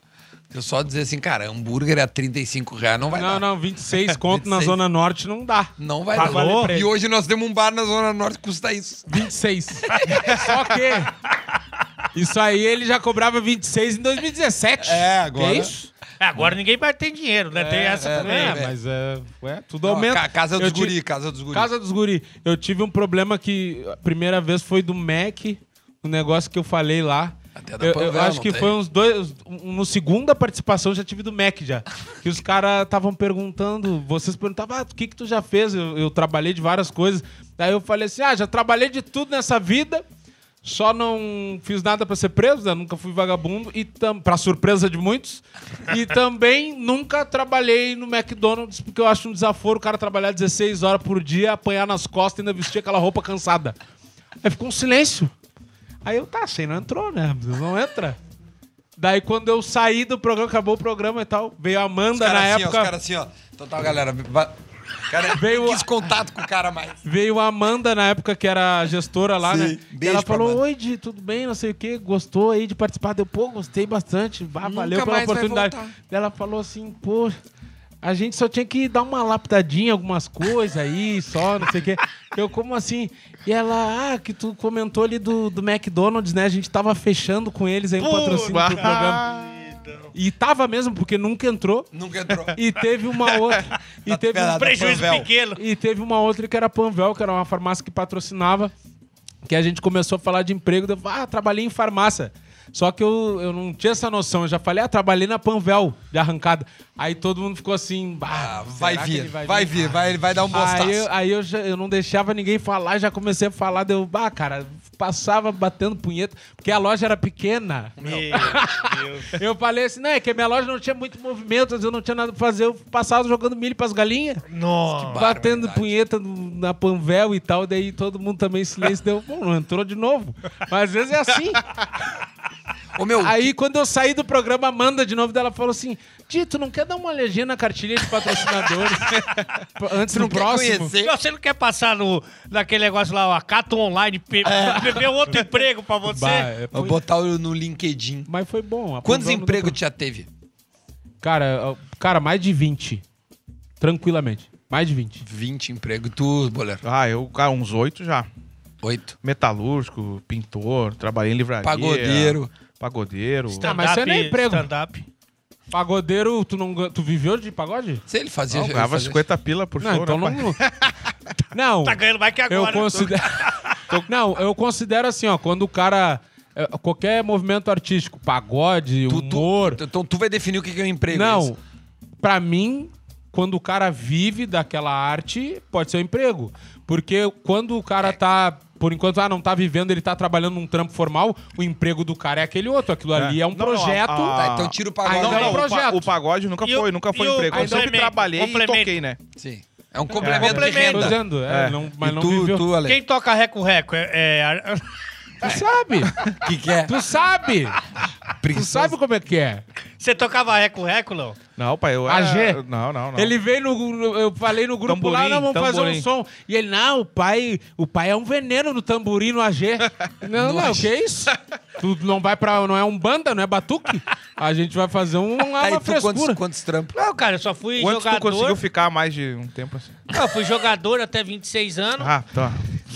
[SPEAKER 1] Eu só dizer assim, cara, hambúrguer a 35 reais não vai
[SPEAKER 4] Não,
[SPEAKER 1] dar.
[SPEAKER 4] não, 26 conto na
[SPEAKER 1] 26.
[SPEAKER 4] Zona Norte não dá.
[SPEAKER 1] Não vai
[SPEAKER 2] Tá, valeu
[SPEAKER 1] dar.
[SPEAKER 2] pra
[SPEAKER 1] E
[SPEAKER 2] ele.
[SPEAKER 1] hoje nós temos um bar na Zona Norte que custa isso.
[SPEAKER 4] 26. Só que. Isso aí ele já cobrava 26 em 2017.
[SPEAKER 1] É, agora-
[SPEAKER 4] Que isso?
[SPEAKER 2] É, Agora ninguém mais tem dinheiro, né? tem essa também.
[SPEAKER 1] é,
[SPEAKER 2] Ah,
[SPEAKER 1] velho.
[SPEAKER 4] mas é, ué, tudo
[SPEAKER 1] Não,
[SPEAKER 4] aumenta.
[SPEAKER 1] ca- casa dos
[SPEAKER 4] Eu ti-
[SPEAKER 1] guri, casa dos guri.
[SPEAKER 4] Casa dos Guri. Eu tive um problema que a primeira vez foi do Mac, um negócio que eu falei lá.
[SPEAKER 1] Até da
[SPEAKER 4] Eu, eu
[SPEAKER 1] Panvel
[SPEAKER 4] acho
[SPEAKER 1] não
[SPEAKER 4] que
[SPEAKER 1] tem.
[SPEAKER 4] foi uns dois. Um, no segunda participação eu já tive do Mac já. Que os caras estavam perguntando, vocês perguntavam, ah, o que, que tu já fez? Eu, eu trabalhei de várias coisas. Daí eu falei assim: ah, já trabalhei de tudo nessa vida. Só não fiz nada pra ser preso, né? nunca fui vagabundo, e tam, pra surpresa de muitos. E também nunca trabalhei no McDonald's, porque eu acho um desaforo o cara trabalhar 16 horas por dia, apanhar nas costas e ainda vestir aquela roupa cansada. Aí ficou um silêncio. Aí eu, tá, você não entrou, né? Vocês não entra. Daí quando eu saí do programa, acabou o programa e tal, veio a
[SPEAKER 1] Os
[SPEAKER 4] Amanda
[SPEAKER 1] caras
[SPEAKER 4] na
[SPEAKER 1] assim, ó,
[SPEAKER 4] época.
[SPEAKER 1] Os caras assim, ó. Então tá, galera. va- Cara,
[SPEAKER 4] Veio-
[SPEAKER 1] Veio... quis contato com o cara mais.
[SPEAKER 4] Veio a Amanda na época, que era a gestora lá,
[SPEAKER 1] Sim.
[SPEAKER 4] né? E
[SPEAKER 1] Beijo
[SPEAKER 4] ela
[SPEAKER 1] pra
[SPEAKER 4] falou:
[SPEAKER 1] Amanda.
[SPEAKER 4] Oi, Di, tudo bem? Não sei o quê. Gostou aí de participar? Deu, pô, gostei bastante. Bah,
[SPEAKER 1] Nunca
[SPEAKER 4] valeu pela
[SPEAKER 1] mais vai
[SPEAKER 4] oportunidade.
[SPEAKER 1] voltar.
[SPEAKER 4] Ela falou assim: Pô, a gente só tinha que dar uma lapidadinha, em algumas coisas aí, só, não sei o quê. Eu, como assim? E ela, ah, que tu comentou ali do, do McDonald's, né? A gente tava fechando com eles aí um patrocínio pro programa. E tava mesmo, porque nunca entrou.
[SPEAKER 1] Nunca entrou.
[SPEAKER 4] E teve uma outra. e
[SPEAKER 1] Tá
[SPEAKER 4] teve um
[SPEAKER 1] ferrado.
[SPEAKER 2] Prejuízo
[SPEAKER 1] Panvel.
[SPEAKER 2] pequeno.
[SPEAKER 4] e teve uma outra que era a Panvel, que era uma farmácia que patrocinava, que a gente começou a falar de emprego. daí Eu, ah, trabalhei em farmácia. Só que eu, eu não tinha essa noção. Eu já falei, ah, trabalhei na Panvel de arrancada. Aí todo mundo ficou assim, bah,
[SPEAKER 1] Ah, vai
[SPEAKER 4] será que ele
[SPEAKER 1] vir, vai vir, vai, ele vai dar um bostaço.
[SPEAKER 4] Aí, eu- aí eu, já- eu não deixava ninguém falar, já comecei a falar, deu, bah, cara, passava batendo punheta, porque a loja era pequena.
[SPEAKER 2] Meu Deus.
[SPEAKER 4] Eu falei assim, não, é que a minha loja não tinha muito movimento, eu não tinha nada pra fazer, eu passava jogando milho pras galinhas.
[SPEAKER 2] Nossa.
[SPEAKER 4] batendo punheta no- na Panvel e tal, daí todo mundo também em silêncio deu, bom, não entrou de novo. Mas às vezes é assim.
[SPEAKER 1] Ô, meu,
[SPEAKER 4] Aí quando eu saí do programa, a Amanda de novo dela falou assim: Dito, não quer dar uma legenda na cartilha de patrocinadores Pra- antes
[SPEAKER 1] tu não
[SPEAKER 4] do
[SPEAKER 1] quer
[SPEAKER 4] próximo?
[SPEAKER 1] conhecer?
[SPEAKER 2] Não, você não quer passar no, naquele negócio lá, o Acato Online, pe beber outro emprego pra você?
[SPEAKER 4] Bah, é,
[SPEAKER 1] Vou
[SPEAKER 4] foi-
[SPEAKER 1] botar o- no LinkedIn.
[SPEAKER 4] Mas foi bom. a
[SPEAKER 1] Quantos
[SPEAKER 4] Panvel não
[SPEAKER 1] empregos
[SPEAKER 4] deu
[SPEAKER 1] tu já teve?
[SPEAKER 4] pra- Cara, ó, cara, mais de 20. Tranquilamente. Mais de 20.
[SPEAKER 1] 20 empregos. Tu, Boler?
[SPEAKER 3] Ah, eu, cara, uns oito já.
[SPEAKER 1] 8.
[SPEAKER 3] Metalúrgico, pintor, trabalhei em livraria.
[SPEAKER 1] Pagodeiro.
[SPEAKER 3] Pagodeiro.
[SPEAKER 2] Stand-up,
[SPEAKER 4] mas isso não é emprego.
[SPEAKER 2] Stand-up.
[SPEAKER 4] Pagodeiro, tu, não, gan- tu viveu de pagode?
[SPEAKER 1] Se ele fazia...
[SPEAKER 3] Não,
[SPEAKER 1] ele
[SPEAKER 3] ganhava
[SPEAKER 1] fazia-
[SPEAKER 3] 50 pila por show,
[SPEAKER 4] Não, então
[SPEAKER 3] né,
[SPEAKER 4] não.
[SPEAKER 3] pai?
[SPEAKER 4] Não.
[SPEAKER 2] Tá ganhando mais que agora. então.
[SPEAKER 4] Eu considero. Não, eu considero assim, ó, quando o cara. é, Qualquer movimento artístico, pagode,
[SPEAKER 1] Tu- tu-
[SPEAKER 4] humor.
[SPEAKER 1] então tu vai definir o que que é um emprego. é
[SPEAKER 4] não.
[SPEAKER 1] isso?
[SPEAKER 4] Pra mim, quando o cara vive daquela arte, pode ser um emprego. Porque quando o cara tá. Por enquanto, ah, não tá vivendo, ele tá trabalhando num trampo formal, o emprego do cara é aquele outro. Aquilo ali é um
[SPEAKER 3] Não, não,
[SPEAKER 4] projeto.
[SPEAKER 3] a- a-
[SPEAKER 1] Tá, então tira o
[SPEAKER 4] Ainda
[SPEAKER 1] pagode.
[SPEAKER 4] não,
[SPEAKER 3] Não,
[SPEAKER 4] um
[SPEAKER 3] o, pa
[SPEAKER 4] projeto.
[SPEAKER 3] o pagode nunca
[SPEAKER 2] E o-
[SPEAKER 3] aí nunca foi
[SPEAKER 2] e o
[SPEAKER 3] emprego. Eu sempre
[SPEAKER 2] complemento,
[SPEAKER 3] trabalhei e
[SPEAKER 2] complemento.
[SPEAKER 3] toquei, né?
[SPEAKER 1] Sim. É um complemento, de
[SPEAKER 2] complemento.
[SPEAKER 4] Tô
[SPEAKER 1] renda.
[SPEAKER 4] dizendo, é,
[SPEAKER 3] É.
[SPEAKER 4] não- mas
[SPEAKER 1] E
[SPEAKER 4] não
[SPEAKER 1] tu,
[SPEAKER 4] viveu.
[SPEAKER 1] tu, Ale?
[SPEAKER 2] Quem toca reco-reco? É, é-
[SPEAKER 4] Tu sabe!
[SPEAKER 1] que que é?
[SPEAKER 4] tu sabe! tu
[SPEAKER 1] Preguiçoso.
[SPEAKER 4] sabe como é que é.
[SPEAKER 2] Você tocava reco-reco, não?
[SPEAKER 3] Não, pai, eu
[SPEAKER 4] A G?
[SPEAKER 3] era... Não, não, não.
[SPEAKER 4] Ele veio no, no- Eu falei no grupo
[SPEAKER 3] Tamborim,
[SPEAKER 4] lá, não, vamos fazer
[SPEAKER 3] tamborim.
[SPEAKER 4] um som. E ele, não, o pai, o pai é um veneno no tamborim, no AG. Não, não, que isso? Tu não vai pra. Não é um banda, não é batuque? A gente vai fazer um, uma
[SPEAKER 1] Tá, e tu
[SPEAKER 4] frescura.
[SPEAKER 1] quantos, quantos trampos?
[SPEAKER 2] Não, cara, eu só fui
[SPEAKER 3] Quanto tu conseguiu
[SPEAKER 2] jogador.
[SPEAKER 3] ficar mais de um tempo assim?
[SPEAKER 2] Não, eu fui jogador até 26 anos.
[SPEAKER 3] Ah, tá.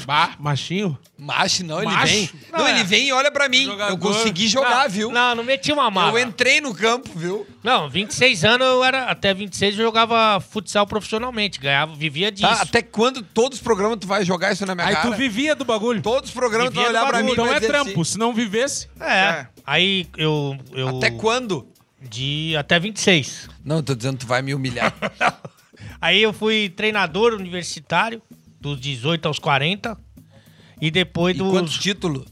[SPEAKER 4] Bah, machinho.
[SPEAKER 1] Macho, não, ele
[SPEAKER 4] Macho?
[SPEAKER 1] vem. Não,
[SPEAKER 2] Não, é.
[SPEAKER 1] ele vem e olha pra mim.
[SPEAKER 4] Jogador.
[SPEAKER 1] Eu consegui jogar,
[SPEAKER 2] não,
[SPEAKER 1] viu?
[SPEAKER 2] Não, não meti uma mala.
[SPEAKER 1] Eu entrei no campo, viu?
[SPEAKER 2] Não, 26 anos eu era. Até 26 eu jogava futsal profissionalmente. Ganhava, vivia disso.
[SPEAKER 1] Tá? Até quando todos os programas tu vai jogar isso na minha
[SPEAKER 4] Aí
[SPEAKER 1] cara?
[SPEAKER 4] tu vivia do bagulho.
[SPEAKER 1] Todos os programas tu vai
[SPEAKER 2] Vivia do
[SPEAKER 1] olhar pra mim e
[SPEAKER 4] então
[SPEAKER 1] vai
[SPEAKER 4] é
[SPEAKER 1] dizer
[SPEAKER 4] trampo.
[SPEAKER 1] assim,
[SPEAKER 4] Se não vivesse. ah,
[SPEAKER 2] É.
[SPEAKER 3] É.
[SPEAKER 2] Aí eu. eu
[SPEAKER 1] Até quando?
[SPEAKER 2] De até 26.
[SPEAKER 1] Não, eu tô dizendo tu vai me humilhar.
[SPEAKER 2] Aí eu fui treinador universitário, dos 18 aos 40. E depois
[SPEAKER 1] e
[SPEAKER 2] dos.
[SPEAKER 1] quantos títulos?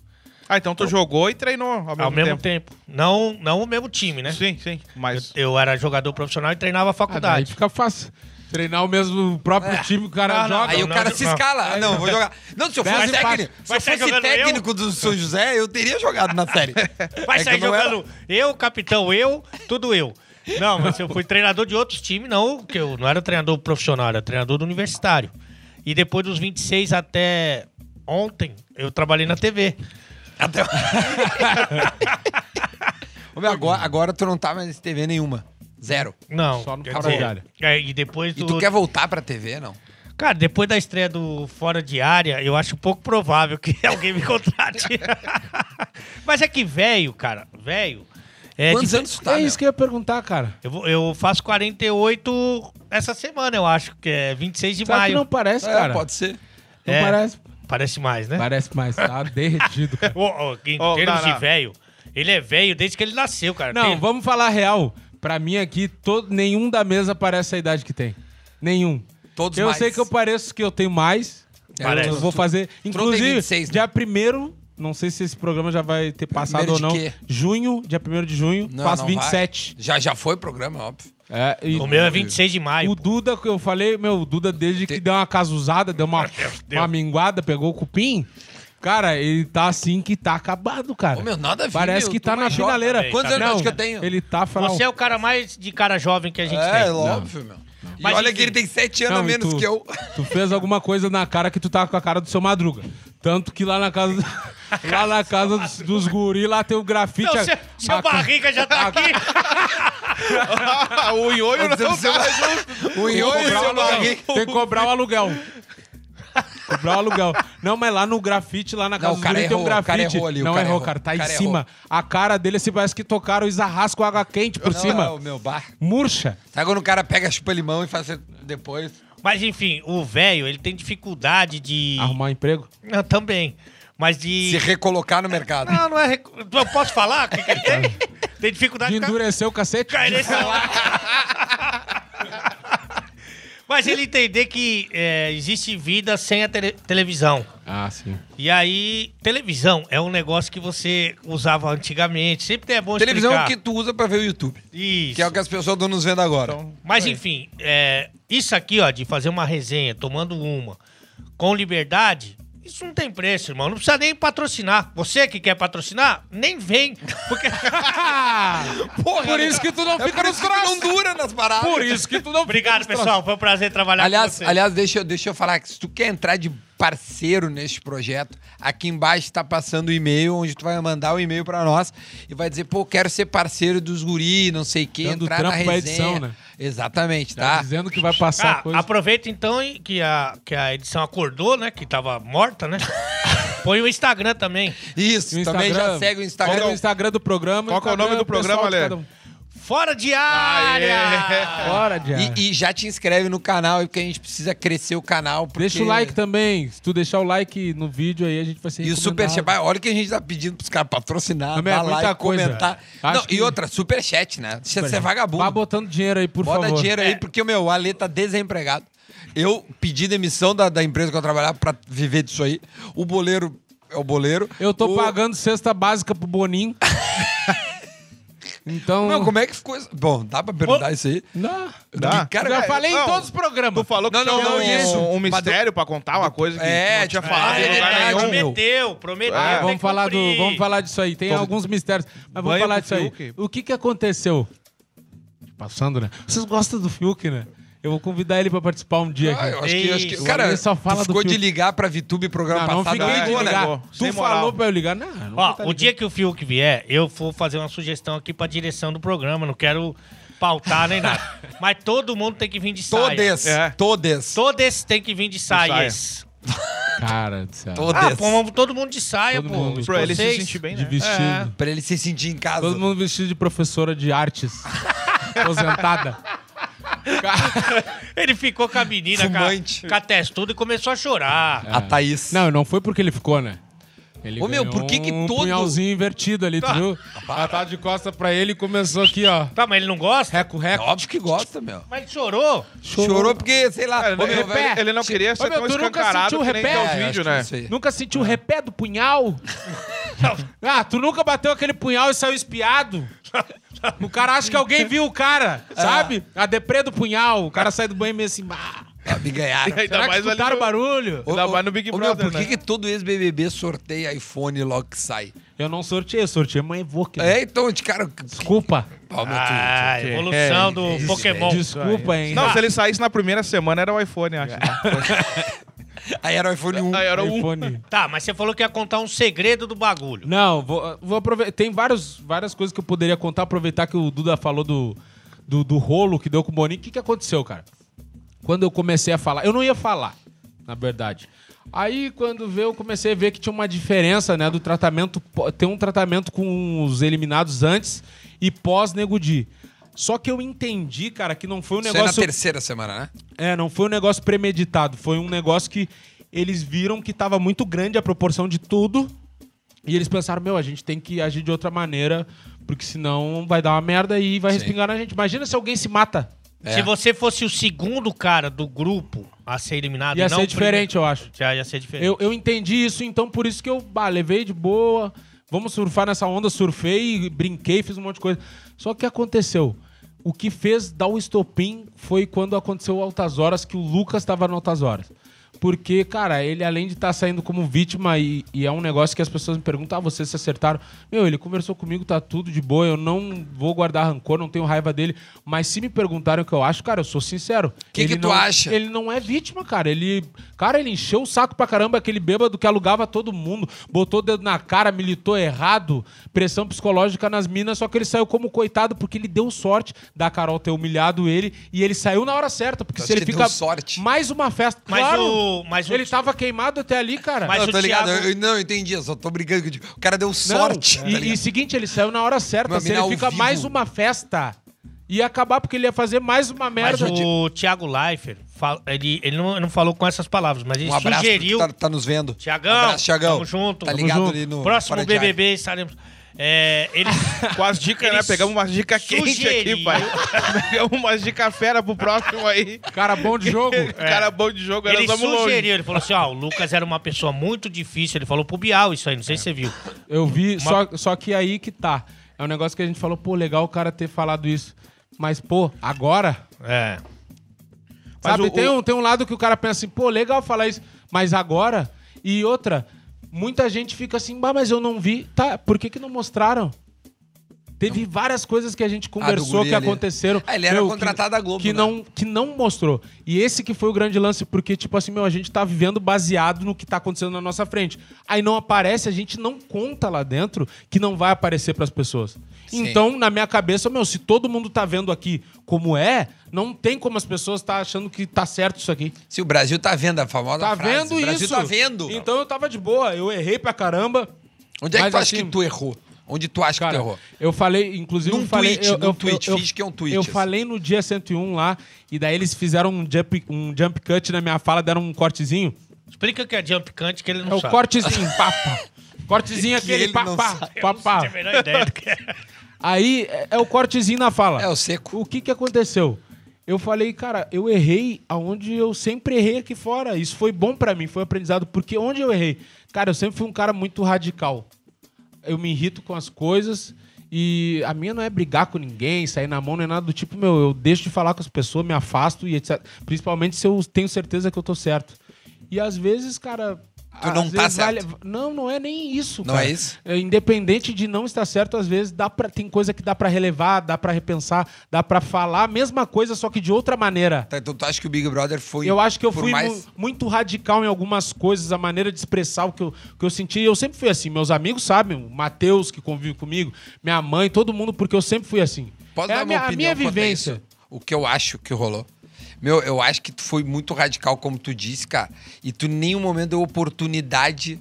[SPEAKER 3] Ah, então tu jogou e treinou ao mesmo,
[SPEAKER 2] Ao mesmo
[SPEAKER 3] tempo.
[SPEAKER 2] tempo. Não, não o mesmo time, né?
[SPEAKER 3] Sim, sim. Mas
[SPEAKER 2] Eu era jogador profissional e treinava a
[SPEAKER 4] Ah, daí
[SPEAKER 2] faculdade.
[SPEAKER 4] fica fácil. Treinar o mesmo o próprio time, o cara
[SPEAKER 2] Ah, não,
[SPEAKER 4] joga.
[SPEAKER 1] É. Aí o cara
[SPEAKER 2] não,
[SPEAKER 1] se
[SPEAKER 2] não.
[SPEAKER 1] escala. Ah, não, vou jogar. Não, se eu
[SPEAKER 4] Dez
[SPEAKER 1] fosse
[SPEAKER 4] e fácil.
[SPEAKER 1] técnico, se
[SPEAKER 2] Vai
[SPEAKER 1] eu
[SPEAKER 2] sair
[SPEAKER 1] fosse
[SPEAKER 2] jogando eu?
[SPEAKER 1] técnico do São José, eu teria jogado na série.
[SPEAKER 2] Vai
[SPEAKER 1] É que
[SPEAKER 2] sair
[SPEAKER 1] eu não era-
[SPEAKER 2] jogando eu, capitão, eu, tudo eu. Não, mas eu fui treinador de outros times, não, que eu não era treinador profissional, era treinador do universitário. E depois dos 26 até ontem, eu trabalhei na TV.
[SPEAKER 1] Até... Ô, meu, agora, agora tu não tá mais em TV nenhuma. Zero.
[SPEAKER 2] Não.
[SPEAKER 4] Só no
[SPEAKER 2] quer
[SPEAKER 4] Fora
[SPEAKER 2] dizer,
[SPEAKER 4] de Área.
[SPEAKER 2] é, E depois
[SPEAKER 1] E
[SPEAKER 2] do.
[SPEAKER 1] tu quer voltar pra TV, não?
[SPEAKER 2] Cara, depois da estreia do Fora de Área, eu acho pouco provável que alguém me contrate. Mas é que velho, cara, velho, É
[SPEAKER 1] Quantos
[SPEAKER 2] de-
[SPEAKER 1] anos tu tá,
[SPEAKER 4] é
[SPEAKER 1] meu?
[SPEAKER 4] isso que eu ia perguntar, cara.
[SPEAKER 2] Eu, vou- eu faço 48 essa semana, eu acho, que é 26 de
[SPEAKER 4] Será que
[SPEAKER 2] maio.
[SPEAKER 4] não parece,
[SPEAKER 1] É,
[SPEAKER 4] cara?
[SPEAKER 1] pode ser. É.
[SPEAKER 4] Não
[SPEAKER 2] É.
[SPEAKER 4] parece.
[SPEAKER 2] Parece mais, né?
[SPEAKER 4] Parece mais, tá derretido, cara.
[SPEAKER 2] Ô, ô, em
[SPEAKER 3] Ô,
[SPEAKER 2] termos
[SPEAKER 3] Naná.
[SPEAKER 2] de velho, ele é velho desde que ele nasceu, cara.
[SPEAKER 4] Não,
[SPEAKER 2] Tem-
[SPEAKER 4] vamos falar real. Pra mim aqui, todo, nenhum da mesa parece a idade que tem. Nenhum.
[SPEAKER 1] Todos
[SPEAKER 4] eu
[SPEAKER 1] mais.
[SPEAKER 4] sei que eu pareço que eu tenho mais.
[SPEAKER 2] Parece.
[SPEAKER 4] Eu vou fazer. Inclusive,
[SPEAKER 1] 26, né?
[SPEAKER 4] dia 1 não sei se esse programa já vai ter passado
[SPEAKER 1] Primeiro
[SPEAKER 4] ou
[SPEAKER 1] de
[SPEAKER 4] não.
[SPEAKER 1] quê?
[SPEAKER 4] Junho, dia 1 de junho,
[SPEAKER 1] Não,
[SPEAKER 4] faço
[SPEAKER 1] não
[SPEAKER 4] 27.
[SPEAKER 1] vai. Já, já foi o programa, óbvio.
[SPEAKER 4] É, e
[SPEAKER 2] O meu é 26 de maio.
[SPEAKER 4] o Duda, que eu falei, meu, o Duda, desde que deu uma casuzada, deu uma, uma minguada, pegou o cupim. Cara, ele tá assim que tá acabado, cara.
[SPEAKER 1] Ô, meu, nada a ver,
[SPEAKER 4] Parece
[SPEAKER 1] meu,
[SPEAKER 4] que
[SPEAKER 1] tu
[SPEAKER 4] tá
[SPEAKER 1] mais
[SPEAKER 4] na
[SPEAKER 1] jovem.
[SPEAKER 4] finaleira.
[SPEAKER 2] também,
[SPEAKER 1] Quantos
[SPEAKER 2] tá
[SPEAKER 1] anos
[SPEAKER 4] Não,
[SPEAKER 1] que eu tenho?
[SPEAKER 4] Ele tá falando.
[SPEAKER 2] Você é o cara mais de cara jovem que a gente
[SPEAKER 1] É,
[SPEAKER 2] tem.
[SPEAKER 1] óbvio, meu. E
[SPEAKER 2] Mas
[SPEAKER 1] olha
[SPEAKER 2] enfim.
[SPEAKER 1] que ele tem sete anos a
[SPEAKER 4] Não, e
[SPEAKER 1] menos
[SPEAKER 4] tu-
[SPEAKER 1] que eu.
[SPEAKER 4] Tu fez alguma coisa na cara que tu tava com a cara do seu Madruga. Tanto que lá na casa do- lá na casa dos, dos guri, lá tem o grafite.
[SPEAKER 2] Não,
[SPEAKER 4] a-
[SPEAKER 2] seu, seu
[SPEAKER 4] a-
[SPEAKER 2] barriga já tá aqui.
[SPEAKER 3] o Ionho não
[SPEAKER 1] Você
[SPEAKER 3] tá.
[SPEAKER 1] vai junto. O Ioi e
[SPEAKER 4] cobrar
[SPEAKER 1] seu
[SPEAKER 4] o aluguel.
[SPEAKER 1] barriga.
[SPEAKER 4] Tem que cobrar o aluguel. cobrar o aluguel. Não, mas lá no grafite, lá na casa
[SPEAKER 1] o
[SPEAKER 4] dos
[SPEAKER 1] cara
[SPEAKER 4] guri, tem um
[SPEAKER 1] errou, o cara
[SPEAKER 4] grafite.
[SPEAKER 1] errou ali, o
[SPEAKER 4] não
[SPEAKER 1] cara
[SPEAKER 4] errou,
[SPEAKER 1] errou.
[SPEAKER 4] cara. Tá
[SPEAKER 1] O cara
[SPEAKER 4] em cima. A cara dele se parece que tocaram o com água quente por cima.
[SPEAKER 1] Não, meu bar.
[SPEAKER 4] Murcha.
[SPEAKER 1] Sabe quando o cara pega chupa limão e faz depois?
[SPEAKER 2] Mas enfim, o velho, ele tem dificuldade de.
[SPEAKER 4] Arrumar um emprego.
[SPEAKER 2] Não, também. Mas de.
[SPEAKER 1] Se recolocar no mercado.
[SPEAKER 2] Não, não é. rec- Eu posso falar? O que, que ele tem? Tem dificuldade
[SPEAKER 4] Tá. De
[SPEAKER 2] de
[SPEAKER 4] endurecer o cacete.
[SPEAKER 2] cair nesse Mas ele entender que é, existe vida sem a tele- televisão.
[SPEAKER 4] Ah, sim.
[SPEAKER 2] E aí, televisão é um negócio que você usava antigamente. Sempre é bom explicar.
[SPEAKER 1] Televisão é o que tu usa pra ver o YouTube.
[SPEAKER 2] Isso.
[SPEAKER 1] Que é o que as pessoas estão nos vendo agora.
[SPEAKER 2] Mas enfim, é, isso aqui, ó, de fazer uma resenha, tomando uma, com liberdade, isso não tem preço, irmão. Não precisa nem patrocinar. Você que quer patrocinar, nem vem. Porque
[SPEAKER 1] Porra,
[SPEAKER 4] Por isso que tu não
[SPEAKER 1] é
[SPEAKER 4] fica
[SPEAKER 1] por
[SPEAKER 4] nos
[SPEAKER 1] isso que tu não dura nas paradas.
[SPEAKER 4] Por isso que tu não
[SPEAKER 2] Obrigado, pessoal. Foi um prazer trabalhar com
[SPEAKER 1] Aliás,
[SPEAKER 2] vocês.
[SPEAKER 1] aliás deixa, eu- deixa eu falar que se tu quer entrar de parceiro neste projeto, aqui embaixo tá passando o e-mail, onde tu vai mandar o e-mail pra nós e vai dizer, pô, quero ser parceiro dos guri, não sei o quê,
[SPEAKER 4] Dando
[SPEAKER 1] entrar na
[SPEAKER 4] trampo pra
[SPEAKER 1] resenha.
[SPEAKER 4] edição, né?
[SPEAKER 1] Exatamente,
[SPEAKER 4] Tá
[SPEAKER 1] tá?
[SPEAKER 4] dizendo que vai passar
[SPEAKER 2] Ah,
[SPEAKER 4] coisa.
[SPEAKER 2] aproveita então e- que a, que a edição acordou, né? Que tava morta, né? Põe o Instagram também.
[SPEAKER 1] Isso,
[SPEAKER 4] No
[SPEAKER 1] também já
[SPEAKER 4] Instagram.
[SPEAKER 1] segue o Instagram.
[SPEAKER 4] Segue o Instagram do programa.
[SPEAKER 3] Qual que é o
[SPEAKER 4] Instagram
[SPEAKER 3] nome do programa,
[SPEAKER 4] pessoal de
[SPEAKER 3] Lê?
[SPEAKER 4] cada um.
[SPEAKER 2] Fora de área!
[SPEAKER 4] Bora,
[SPEAKER 3] É.
[SPEAKER 4] Diário.
[SPEAKER 1] E, e já te inscreve no canal, aí, porque a gente precisa crescer o canal. Porque...
[SPEAKER 4] Deixa o like também. Se tu deixar o like no vídeo aí, a gente vai ser
[SPEAKER 1] E o
[SPEAKER 4] recomendado.
[SPEAKER 1] Superchat, olha o que a gente tá pedindo pros caras patrocinar,
[SPEAKER 4] Também é
[SPEAKER 1] dar
[SPEAKER 4] muita
[SPEAKER 1] like,
[SPEAKER 4] coisa.
[SPEAKER 1] comentar.
[SPEAKER 4] Acho
[SPEAKER 1] Não,
[SPEAKER 4] que-
[SPEAKER 1] E outra, Superchat, né? Deixa de ser
[SPEAKER 4] Superchat.
[SPEAKER 1] vagabundo.
[SPEAKER 4] Vá botando dinheiro aí, por
[SPEAKER 1] Bota
[SPEAKER 4] favor.
[SPEAKER 1] dinheiro aí,
[SPEAKER 2] É.
[SPEAKER 1] porque, meu, o Ale tá desempregado. Eu pedi demissão da, da empresa que eu trabalhava pra viver disso aí. O boleiro é o boleiro.
[SPEAKER 4] Eu tô
[SPEAKER 1] O-
[SPEAKER 4] pagando cesta básica pro Boninho. então...
[SPEAKER 1] Não, como é que ficou isso? Bom, dá pra perguntar isso aí?
[SPEAKER 4] Não.
[SPEAKER 3] Dá.
[SPEAKER 1] Cara,
[SPEAKER 4] Já
[SPEAKER 1] é-
[SPEAKER 4] falei
[SPEAKER 3] não.
[SPEAKER 4] em todos os programas.
[SPEAKER 3] Tu falou que
[SPEAKER 1] Não, não,
[SPEAKER 3] tinha um,
[SPEAKER 1] não, isso.
[SPEAKER 3] um
[SPEAKER 1] Mas do-
[SPEAKER 3] mistério pra contar, uma coisa que
[SPEAKER 1] É,
[SPEAKER 3] não tinha
[SPEAKER 1] tipo, é
[SPEAKER 3] falado em lugar
[SPEAKER 1] verdade,
[SPEAKER 3] nenhum.
[SPEAKER 1] meu.
[SPEAKER 2] prometeu, prometeu.
[SPEAKER 3] É,
[SPEAKER 2] tem que
[SPEAKER 4] Vamos falar, do,
[SPEAKER 2] cumprir.
[SPEAKER 4] vamos falar disso aí. Tem
[SPEAKER 3] Todo-
[SPEAKER 4] alguns mistérios. Mas vamos
[SPEAKER 3] Banho
[SPEAKER 4] falar
[SPEAKER 3] pro
[SPEAKER 4] disso aí.
[SPEAKER 3] Fiuk.
[SPEAKER 4] O que, que aconteceu? Passando, né? Vocês gostam do Fiuk, né? Eu vou convidar ele pra participar um dia
[SPEAKER 1] Ah,
[SPEAKER 4] aqui.
[SPEAKER 1] eu acho que, eu acho que-
[SPEAKER 4] Isso. O
[SPEAKER 1] cara,
[SPEAKER 4] Ale só fala
[SPEAKER 1] tu
[SPEAKER 4] do
[SPEAKER 1] ficou de
[SPEAKER 4] Fiuk.
[SPEAKER 1] ligar pra VTube programa
[SPEAKER 4] Não, não
[SPEAKER 1] passado.
[SPEAKER 4] fiquei
[SPEAKER 1] né?
[SPEAKER 4] de
[SPEAKER 3] ligou, né,
[SPEAKER 4] ligar.
[SPEAKER 3] pô?
[SPEAKER 4] Tu
[SPEAKER 3] Sem moral.
[SPEAKER 4] falou pra eu ligar? Não, não vou
[SPEAKER 2] Ó,
[SPEAKER 4] tá
[SPEAKER 2] o
[SPEAKER 4] ligando.
[SPEAKER 2] dia que o Fiuk vier, eu vou fazer uma sugestão aqui pra direção do programa. Não quero pautar nem nada. Mas todo mundo tem que vir de saia.
[SPEAKER 1] Todes,
[SPEAKER 3] É.
[SPEAKER 1] todes,
[SPEAKER 2] Todos tem que vir de saias.
[SPEAKER 4] Cara do céu.
[SPEAKER 1] todes.
[SPEAKER 2] Ah, pô, vamos todo mundo de saia,
[SPEAKER 4] Todo
[SPEAKER 2] pô.
[SPEAKER 4] mundo.
[SPEAKER 3] Pra ele se
[SPEAKER 2] Vocês-
[SPEAKER 3] sentir bem,
[SPEAKER 4] De
[SPEAKER 3] né?
[SPEAKER 4] vestido.
[SPEAKER 1] Pra ele se sentir em casa.
[SPEAKER 4] Todo mundo vestido de professora de artes. aposentada.
[SPEAKER 2] Ele ficou com a menina, com
[SPEAKER 1] Fumante.
[SPEAKER 2] a, com a testuda e começou a chorar.
[SPEAKER 1] A Thaís.
[SPEAKER 4] É. Não, não foi porque ele ficou, né? Ele
[SPEAKER 1] Ô, meu,
[SPEAKER 4] ganhou
[SPEAKER 1] por que que
[SPEAKER 4] um
[SPEAKER 1] todo-
[SPEAKER 4] punhalzinho invertido ali, tu viu? Ela tava de costa pra ele e começou aqui, ó.
[SPEAKER 2] Tá, mas ele não gosta?
[SPEAKER 1] É,
[SPEAKER 4] Reco, reco.
[SPEAKER 1] Óbvio que gosta, meu.
[SPEAKER 2] Mas ele chorou.
[SPEAKER 1] Chorou, porque, sei lá.
[SPEAKER 3] Cara,
[SPEAKER 1] ô,
[SPEAKER 3] ele,
[SPEAKER 1] meu, velho,
[SPEAKER 3] ele não queria
[SPEAKER 4] Ô,
[SPEAKER 3] ser
[SPEAKER 4] meu,
[SPEAKER 3] tão
[SPEAKER 4] tu nunca
[SPEAKER 3] escancarado
[SPEAKER 4] sentiu
[SPEAKER 3] que nem tá
[SPEAKER 4] repé?
[SPEAKER 3] os
[SPEAKER 4] É,
[SPEAKER 1] acho
[SPEAKER 3] vídeos,
[SPEAKER 1] que
[SPEAKER 3] né?
[SPEAKER 1] isso aí.
[SPEAKER 4] Nunca sentiu o repé do punhal?
[SPEAKER 2] Não,
[SPEAKER 4] Ah, tu nunca bateu aquele punhal e saiu espiado? O cara acha que alguém viu o cara, sabe? A deprê do punhal. O cara sai do banho meio assim... Bah,
[SPEAKER 1] Ah, Me ganharam.
[SPEAKER 3] Ainda
[SPEAKER 4] será que
[SPEAKER 3] mais ali
[SPEAKER 4] escutaram
[SPEAKER 3] no-
[SPEAKER 4] barulho?
[SPEAKER 1] Ô,
[SPEAKER 3] Ainda
[SPEAKER 1] ô,
[SPEAKER 3] mais no Big
[SPEAKER 1] ô,
[SPEAKER 3] Brother,
[SPEAKER 1] meu, por
[SPEAKER 3] né?
[SPEAKER 1] que, que todo ex-BBB sorteia iPhone logo que sai?
[SPEAKER 4] Eu não sorteei, eu sorteei mãe Evoca.
[SPEAKER 1] É, então, de cara...
[SPEAKER 4] Desculpa.
[SPEAKER 1] Ó, meu, tu-
[SPEAKER 2] Ah,
[SPEAKER 3] tu-
[SPEAKER 2] evolução
[SPEAKER 1] é,
[SPEAKER 2] do
[SPEAKER 1] isso,
[SPEAKER 2] Pokémon.
[SPEAKER 4] Desculpa, hein.
[SPEAKER 3] Não, se ele saísse na primeira semana era o iPhone, acho. né?
[SPEAKER 1] Aí era o iPhone 1.
[SPEAKER 3] Aí era um.
[SPEAKER 4] iPhone.
[SPEAKER 2] Tá, mas você falou que ia contar um segredo do bagulho.
[SPEAKER 4] Não, vou, vou aproveitar. Tem vários, várias coisas que eu poderia contar, aproveitar que o Duda falou do, do, do rolo que deu com o Boninho. O que, que aconteceu, cara? Quando eu comecei a falar, eu não ia falar, na verdade. Aí, quando veio, eu comecei a ver que tinha uma diferença, né? Do tratamento. po- Tem um tratamento com os eliminados antes e pós-Nego Di. Só que eu entendi, cara, que não foi um
[SPEAKER 1] Isso é na
[SPEAKER 4] negócio.
[SPEAKER 1] terceira semana, né?
[SPEAKER 4] É, não foi um negócio premeditado, foi um negócio que eles viram que tava muito grande a proporção de tudo. E eles pensaram, meu, a gente tem que agir de outra maneira, porque senão vai dar uma merda e vai
[SPEAKER 1] Sim.
[SPEAKER 4] respingar na gente. Imagina se alguém se mata.
[SPEAKER 1] É.
[SPEAKER 2] Se você fosse o segundo cara do grupo a ser eliminado,
[SPEAKER 4] Ia
[SPEAKER 2] não
[SPEAKER 4] ser
[SPEAKER 2] o
[SPEAKER 4] diferente, eu acho.
[SPEAKER 2] primeiro, já ia ser diferente.
[SPEAKER 4] Eu, eu entendi isso, então por isso que eu bah, levei de boa. Vamos surfar nessa onda, surfei, brinquei, fiz um monte de coisa. Só que aconteceu. O que fez dar o estopim foi quando aconteceu o Altas Horas, que o Lucas estava no Altas Horas. Porque, cara, ele além de estar saindo como vítima, e, e é um negócio que as pessoas me perguntam, ah, vocês se acertaram. Meu, ele conversou comigo, tá tudo de boa, eu não vou guardar rancor, não tenho raiva dele. Mas se me perguntarem o que eu acho, cara, eu sou sincero. O
[SPEAKER 1] Que que tu acha?
[SPEAKER 4] ele não é vítima, cara. Ele, cara, ele encheu o saco pra caramba aquele bêbado que alugava todo mundo, botou o dedo na cara, militou errado, pressão psicológica nas minas, só que ele saiu como coitado porque ele deu sorte da Carol ter humilhado ele e ele saiu na hora certa, porque
[SPEAKER 1] Acho
[SPEAKER 4] se ele
[SPEAKER 1] que
[SPEAKER 4] fica
[SPEAKER 1] deu sorte.
[SPEAKER 4] mais uma festa,
[SPEAKER 2] Mas
[SPEAKER 4] claro,
[SPEAKER 2] o- mas o-
[SPEAKER 4] ele tava queimado até ali, cara.
[SPEAKER 2] Mas
[SPEAKER 1] não,
[SPEAKER 2] o
[SPEAKER 1] tô ligado.
[SPEAKER 2] Thiago-
[SPEAKER 1] Eu, eu não entendi, eu só tô brincando. que eu digo, O cara deu
[SPEAKER 4] Não,
[SPEAKER 1] sorte. tá
[SPEAKER 4] e,
[SPEAKER 1] ligado?
[SPEAKER 4] e seguinte, ele saiu na hora certa.
[SPEAKER 1] Uma
[SPEAKER 4] Se
[SPEAKER 1] mina
[SPEAKER 4] ele
[SPEAKER 1] ao
[SPEAKER 4] fica
[SPEAKER 1] vivo.
[SPEAKER 4] mais uma festa, ia acabar porque ele ia fazer mais uma
[SPEAKER 2] Mas
[SPEAKER 4] merda.
[SPEAKER 2] o Thiago Leifert, fal- ele, ele não, não falou com essas palavras, mas ele
[SPEAKER 1] um abraço
[SPEAKER 2] sugeriu.
[SPEAKER 1] pra quem tá, tá nos vendo.
[SPEAKER 2] Tiagão,
[SPEAKER 1] Um abraço, Tiagão.
[SPEAKER 2] tamo junto,
[SPEAKER 1] Tá
[SPEAKER 2] tamo
[SPEAKER 1] ligado
[SPEAKER 2] junto.
[SPEAKER 1] ali no
[SPEAKER 2] Próximo
[SPEAKER 1] Fora de Área.
[SPEAKER 2] BBB estaremos. É, ele,
[SPEAKER 3] Com as dicas,
[SPEAKER 2] Ele
[SPEAKER 3] né? Pegamos umas dicas quentes aqui,
[SPEAKER 2] sugeriu-
[SPEAKER 3] pai. Pegamos umas dicas fera pro próximo aí.
[SPEAKER 4] Cara bom de jogo.
[SPEAKER 3] Cara bom de jogo, era
[SPEAKER 2] ele
[SPEAKER 3] vamos
[SPEAKER 2] sugeriu,
[SPEAKER 3] longe.
[SPEAKER 2] ele falou assim: ó, o Lucas era uma pessoa muito difícil. Ele falou pro Bial isso aí, não sei se você viu.
[SPEAKER 4] Eu vi, só, só que aí que tá. É um negócio que a gente falou, pô, legal o cara ter falado isso. Mas, pô, agora.
[SPEAKER 2] É.
[SPEAKER 3] Mas
[SPEAKER 4] sabe,
[SPEAKER 3] o-
[SPEAKER 4] tem,
[SPEAKER 3] o-
[SPEAKER 4] um, tem um lado que o cara pensa assim, pô, legal falar isso, mas agora. E outra, muita gente fica assim, bah, mas eu não vi. Tá, por que, que não mostraram? Teve várias coisas que a gente conversou
[SPEAKER 1] Ah, guri
[SPEAKER 4] que
[SPEAKER 1] ali.
[SPEAKER 4] aconteceram.
[SPEAKER 1] Ah, ele era
[SPEAKER 4] meu,
[SPEAKER 1] contratado
[SPEAKER 4] que,
[SPEAKER 1] da Globo,
[SPEAKER 4] Que
[SPEAKER 1] né?
[SPEAKER 4] não, que não mostrou. E esse que foi o grande lance, porque, tipo assim, meu, a gente tá vivendo baseado no que tá acontecendo na nossa frente. Aí não aparece, a gente não conta lá dentro que não vai aparecer pras pessoas.
[SPEAKER 1] Sim.
[SPEAKER 4] Então, na minha cabeça, meu, se todo mundo tá vendo aqui como é, não tem como as pessoas tá achando que tá certo isso aqui.
[SPEAKER 1] Se o Brasil tá vendo a famosa
[SPEAKER 4] Tá
[SPEAKER 1] frase.
[SPEAKER 4] vendo
[SPEAKER 1] o
[SPEAKER 4] isso?
[SPEAKER 1] Brasil tá vendo.
[SPEAKER 4] Então eu tava de boa, eu errei pra caramba.
[SPEAKER 1] Onde é que
[SPEAKER 4] Mas
[SPEAKER 1] tu acha
[SPEAKER 4] assim,
[SPEAKER 1] que tu errou? Onde tu acha
[SPEAKER 4] Cara,
[SPEAKER 1] que tu errou?
[SPEAKER 4] eu falei, inclusive,
[SPEAKER 1] Num
[SPEAKER 4] eu falei,
[SPEAKER 1] tweet,
[SPEAKER 4] eu,
[SPEAKER 1] num
[SPEAKER 4] eu,
[SPEAKER 1] tweet,
[SPEAKER 4] eu, eu-
[SPEAKER 1] finge que é um tweet,
[SPEAKER 4] Eu
[SPEAKER 1] assim.
[SPEAKER 4] falei no dia 101 lá, e daí eles fizeram um jump, um jump cut na minha fala, deram um cortezinho.
[SPEAKER 2] Explica o que é jump cut, que ele não
[SPEAKER 4] É o
[SPEAKER 2] sabe.
[SPEAKER 4] cortezinho, pá, pá. Cortezinho
[SPEAKER 1] Que
[SPEAKER 4] aquele,
[SPEAKER 1] ele
[SPEAKER 4] pá,
[SPEAKER 1] não
[SPEAKER 4] pá,
[SPEAKER 1] sabe.
[SPEAKER 4] pá,
[SPEAKER 2] Não tem a
[SPEAKER 4] pá.
[SPEAKER 2] menor ideia do que é.
[SPEAKER 4] Aí é- é o cortezinho na fala.
[SPEAKER 1] É o seco.
[SPEAKER 4] O que que aconteceu? Eu falei, cara, eu errei aonde eu sempre errei aqui fora. Isso foi bom pra mim, foi um aprendizado. Porque onde eu errei? Cara, eu sempre fui um cara muito radical. Eu me irrito com as coisas e a minha não é brigar com ninguém, sair na mão, não é nada do tipo, meu, eu deixo de falar com as pessoas, me afasto e etc. Principalmente se eu tenho certeza que eu tô certo. E às vezes, cara.
[SPEAKER 1] Tu
[SPEAKER 4] às
[SPEAKER 1] não tá
[SPEAKER 4] vezes
[SPEAKER 1] certo.
[SPEAKER 4] Não, não é nem isso.
[SPEAKER 1] Não
[SPEAKER 4] cara.
[SPEAKER 1] é isso?
[SPEAKER 4] É, independente de não estar certo, às vezes dá pra, tem coisa que dá pra relevar, dá pra repensar, dá pra falar a mesma coisa, só que de outra maneira.
[SPEAKER 1] Tá, Então tu acha que o Big Brother foi.
[SPEAKER 4] Eu acho que eu
[SPEAKER 1] por
[SPEAKER 4] fui
[SPEAKER 1] mais-
[SPEAKER 4] mu- muito radical em algumas coisas, a maneira de expressar o que eu, que eu senti. Eu sempre fui assim, meus amigos sabem, o Matheus, que convive comigo, minha mãe, todo mundo, porque eu sempre fui assim.
[SPEAKER 1] Posso
[SPEAKER 4] é
[SPEAKER 1] dar
[SPEAKER 4] a minha,
[SPEAKER 1] minha
[SPEAKER 4] a
[SPEAKER 1] opinião
[SPEAKER 4] minha
[SPEAKER 1] quanto a
[SPEAKER 4] vivência.
[SPEAKER 1] isso? O que eu acho que rolou. Meu, eu acho que tu foi muito radical, como tu disse, cara. E tu em nenhum momento deu oportunidade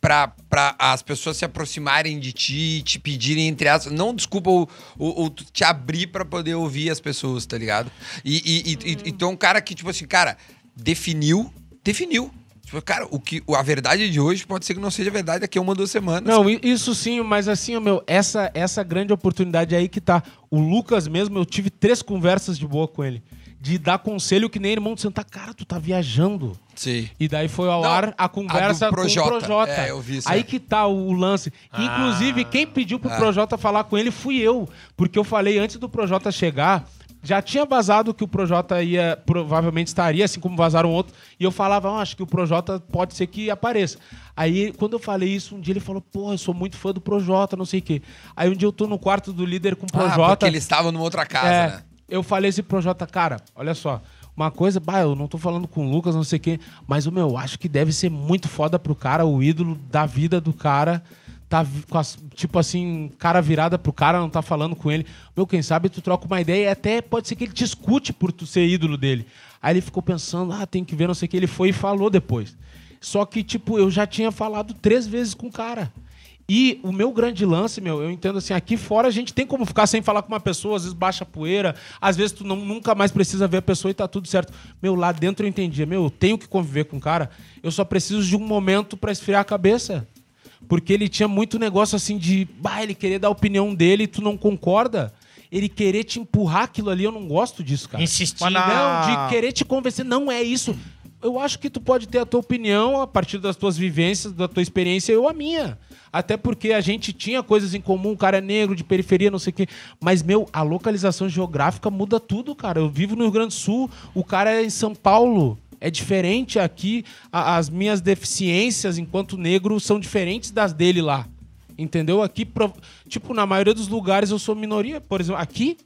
[SPEAKER 1] pra, pra as pessoas se aproximarem de ti e te pedirem, entre as. Não, desculpa, ou, ou- ou tu te abrir pra poder ouvir as pessoas, tá ligado? E, e, e- e- e
[SPEAKER 4] Uhum.
[SPEAKER 1] tu é um cara que, tipo assim, cara, definiu, definiu. Tipo, cara, o que, a verdade de hoje pode ser que não seja verdade daqui a uma ou duas semanas.
[SPEAKER 4] Não, i- isso sim, mas assim, ó, meu, essa, essa grande oportunidade aí que tá. O Lucas mesmo, eu tive três conversas de boa com ele. De dar conselho que nem irmão de sentar, cara, tu tá viajando.
[SPEAKER 1] Sim.
[SPEAKER 4] E daí foi ao
[SPEAKER 1] Não,
[SPEAKER 4] ar
[SPEAKER 1] a
[SPEAKER 4] a
[SPEAKER 1] do
[SPEAKER 4] conversa
[SPEAKER 1] Projota.
[SPEAKER 4] com o Projota.
[SPEAKER 1] É, eu vi isso, Ah.
[SPEAKER 4] Aí
[SPEAKER 1] é.
[SPEAKER 4] que tá o lance. Que, Inclusive, quem pediu pro Projota falar com ele fui eu. Porque eu falei antes do Projota chegar, já tinha vazado que o Projota ia, provavelmente estaria, assim como vazaram outros. E eu falava, "Ah, acho que o Projota pode ser que apareça. Aí, quando eu falei isso, um dia ele falou, pô, eu sou muito fã do Projota, não sei o quê. Aí um dia eu tô no quarto do líder com o
[SPEAKER 1] Ah,
[SPEAKER 4] Projota.
[SPEAKER 1] porque eles estavam numa outra casa,
[SPEAKER 4] É,
[SPEAKER 1] né?
[SPEAKER 4] Eu falei esse Projota, cara, olha só. Uma coisa, bah, eu não tô falando com o Lucas, não sei quem, mas o meu, acho que deve ser muito foda pro cara, o ídolo da vida do cara. Tá vi- com as- tipo assim, cara virada pro cara, não tá falando com ele. Meu, quem sabe tu troca uma ideia e até pode ser que ele te escute por tu ser ídolo dele. Aí ele ficou pensando, ah, tem que ver, não sei o que. Ele foi e falou depois. Só que, tipo, eu já tinha falado três vezes com o cara. E o meu grande lance, meu, eu entendo assim, aqui fora a gente tem como ficar sem falar com uma pessoa, às vezes baixa a poeira, às vezes tu não- nunca mais precisa ver a pessoa e tá tudo certo. Meu, lá dentro eu entendia, meu, eu tenho que conviver com o cara, eu só preciso de um momento pra esfriar a cabeça. Porque ele tinha muito negócio assim de, bah, ele querer dar a opinião dele e tu não concorda. Ele querer te empurrar aquilo ali, eu não gosto disso,
[SPEAKER 1] Tá.
[SPEAKER 4] cara.
[SPEAKER 2] Insistindo.
[SPEAKER 3] Mas na- Ah.
[SPEAKER 4] Não, de querer te convencer. Não é isso. Eu acho que tu pode ter a tua opinião a partir das tuas vivências, da tua experiência, eu a minha. Até porque a gente tinha coisas em comum, o cara é negro, de periferia, não sei o quê. Mas, meu, a localização geográfica muda tudo, cara. Eu vivo no Rio Grande do Sul, o cara é em São Paulo. É diferente aqui, a- as minhas deficiências enquanto negro são diferentes das dele lá. Entendeu? Aqui, pro- tipo, na maioria dos lugares eu sou minoria. Por exemplo, aqui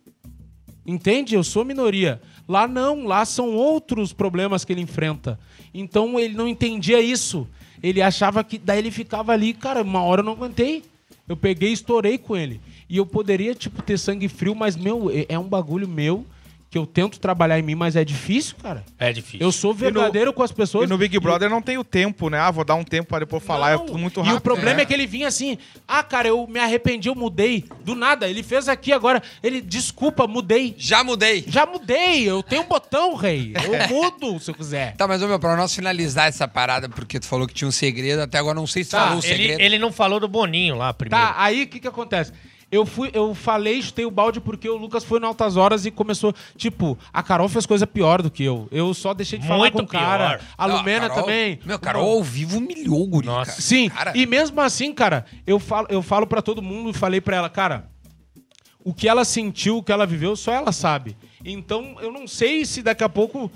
[SPEAKER 4] Entende? Eu sou minoria. Lá não, lá são outros problemas que ele enfrenta. Então ele não entendia isso. Ele achava que. Daí ele ficava ali, cara, uma hora eu não aguentei. Eu peguei e estourei com ele. E eu poderia, tipo, ter sangue frio, mas, meu, é- é um bagulho meu que eu tento trabalhar em mim, mas é difícil, cara.
[SPEAKER 2] É difícil.
[SPEAKER 4] Eu sou verdadeiro com as
[SPEAKER 3] E
[SPEAKER 4] pessoas.
[SPEAKER 3] no Big Brother não tem o tempo, né? Ah, vou dar um tempo pra depois falar,
[SPEAKER 4] Não.
[SPEAKER 3] é tudo muito
[SPEAKER 4] E
[SPEAKER 3] rápido.
[SPEAKER 4] o problema é. que ele vinha assim: ah, cara, eu me arrependi, eu mudei. Do nada, ele fez aqui agora. Ele, desculpa, mudei.
[SPEAKER 1] Já mudei.
[SPEAKER 4] Já mudei, eu tenho um botão, rei. Eu mudo se eu quiser.
[SPEAKER 1] Tá, mas, ô meu, pra nós finalizar essa parada, porque tu falou que tinha um segredo, até agora não sei se
[SPEAKER 4] Tá,
[SPEAKER 1] falou o segredo.
[SPEAKER 2] ele, ele não falou do Boninho lá primeiro.
[SPEAKER 4] Tá, aí o que que acontece? Eu fui, eu falei, chutei o balde porque o Lucas foi no altas horas e começou, tipo, a Carol fez coisa pior do que eu. Eu só deixei de falar
[SPEAKER 2] Muito
[SPEAKER 4] com o cara.
[SPEAKER 2] pior.
[SPEAKER 4] A
[SPEAKER 1] Não,
[SPEAKER 4] Lumena
[SPEAKER 1] Carol-
[SPEAKER 4] também.
[SPEAKER 1] Meu, Carol ao vivo humilhou o guri,
[SPEAKER 2] Nossa.
[SPEAKER 1] cara.
[SPEAKER 4] Sim,
[SPEAKER 1] Cara,
[SPEAKER 4] e mesmo assim, cara, eu falo, eu falo para todo mundo e falei pra ela, cara, o que ela sentiu, o que ela viveu, só ela sabe. Então, eu não sei se daqui a pouco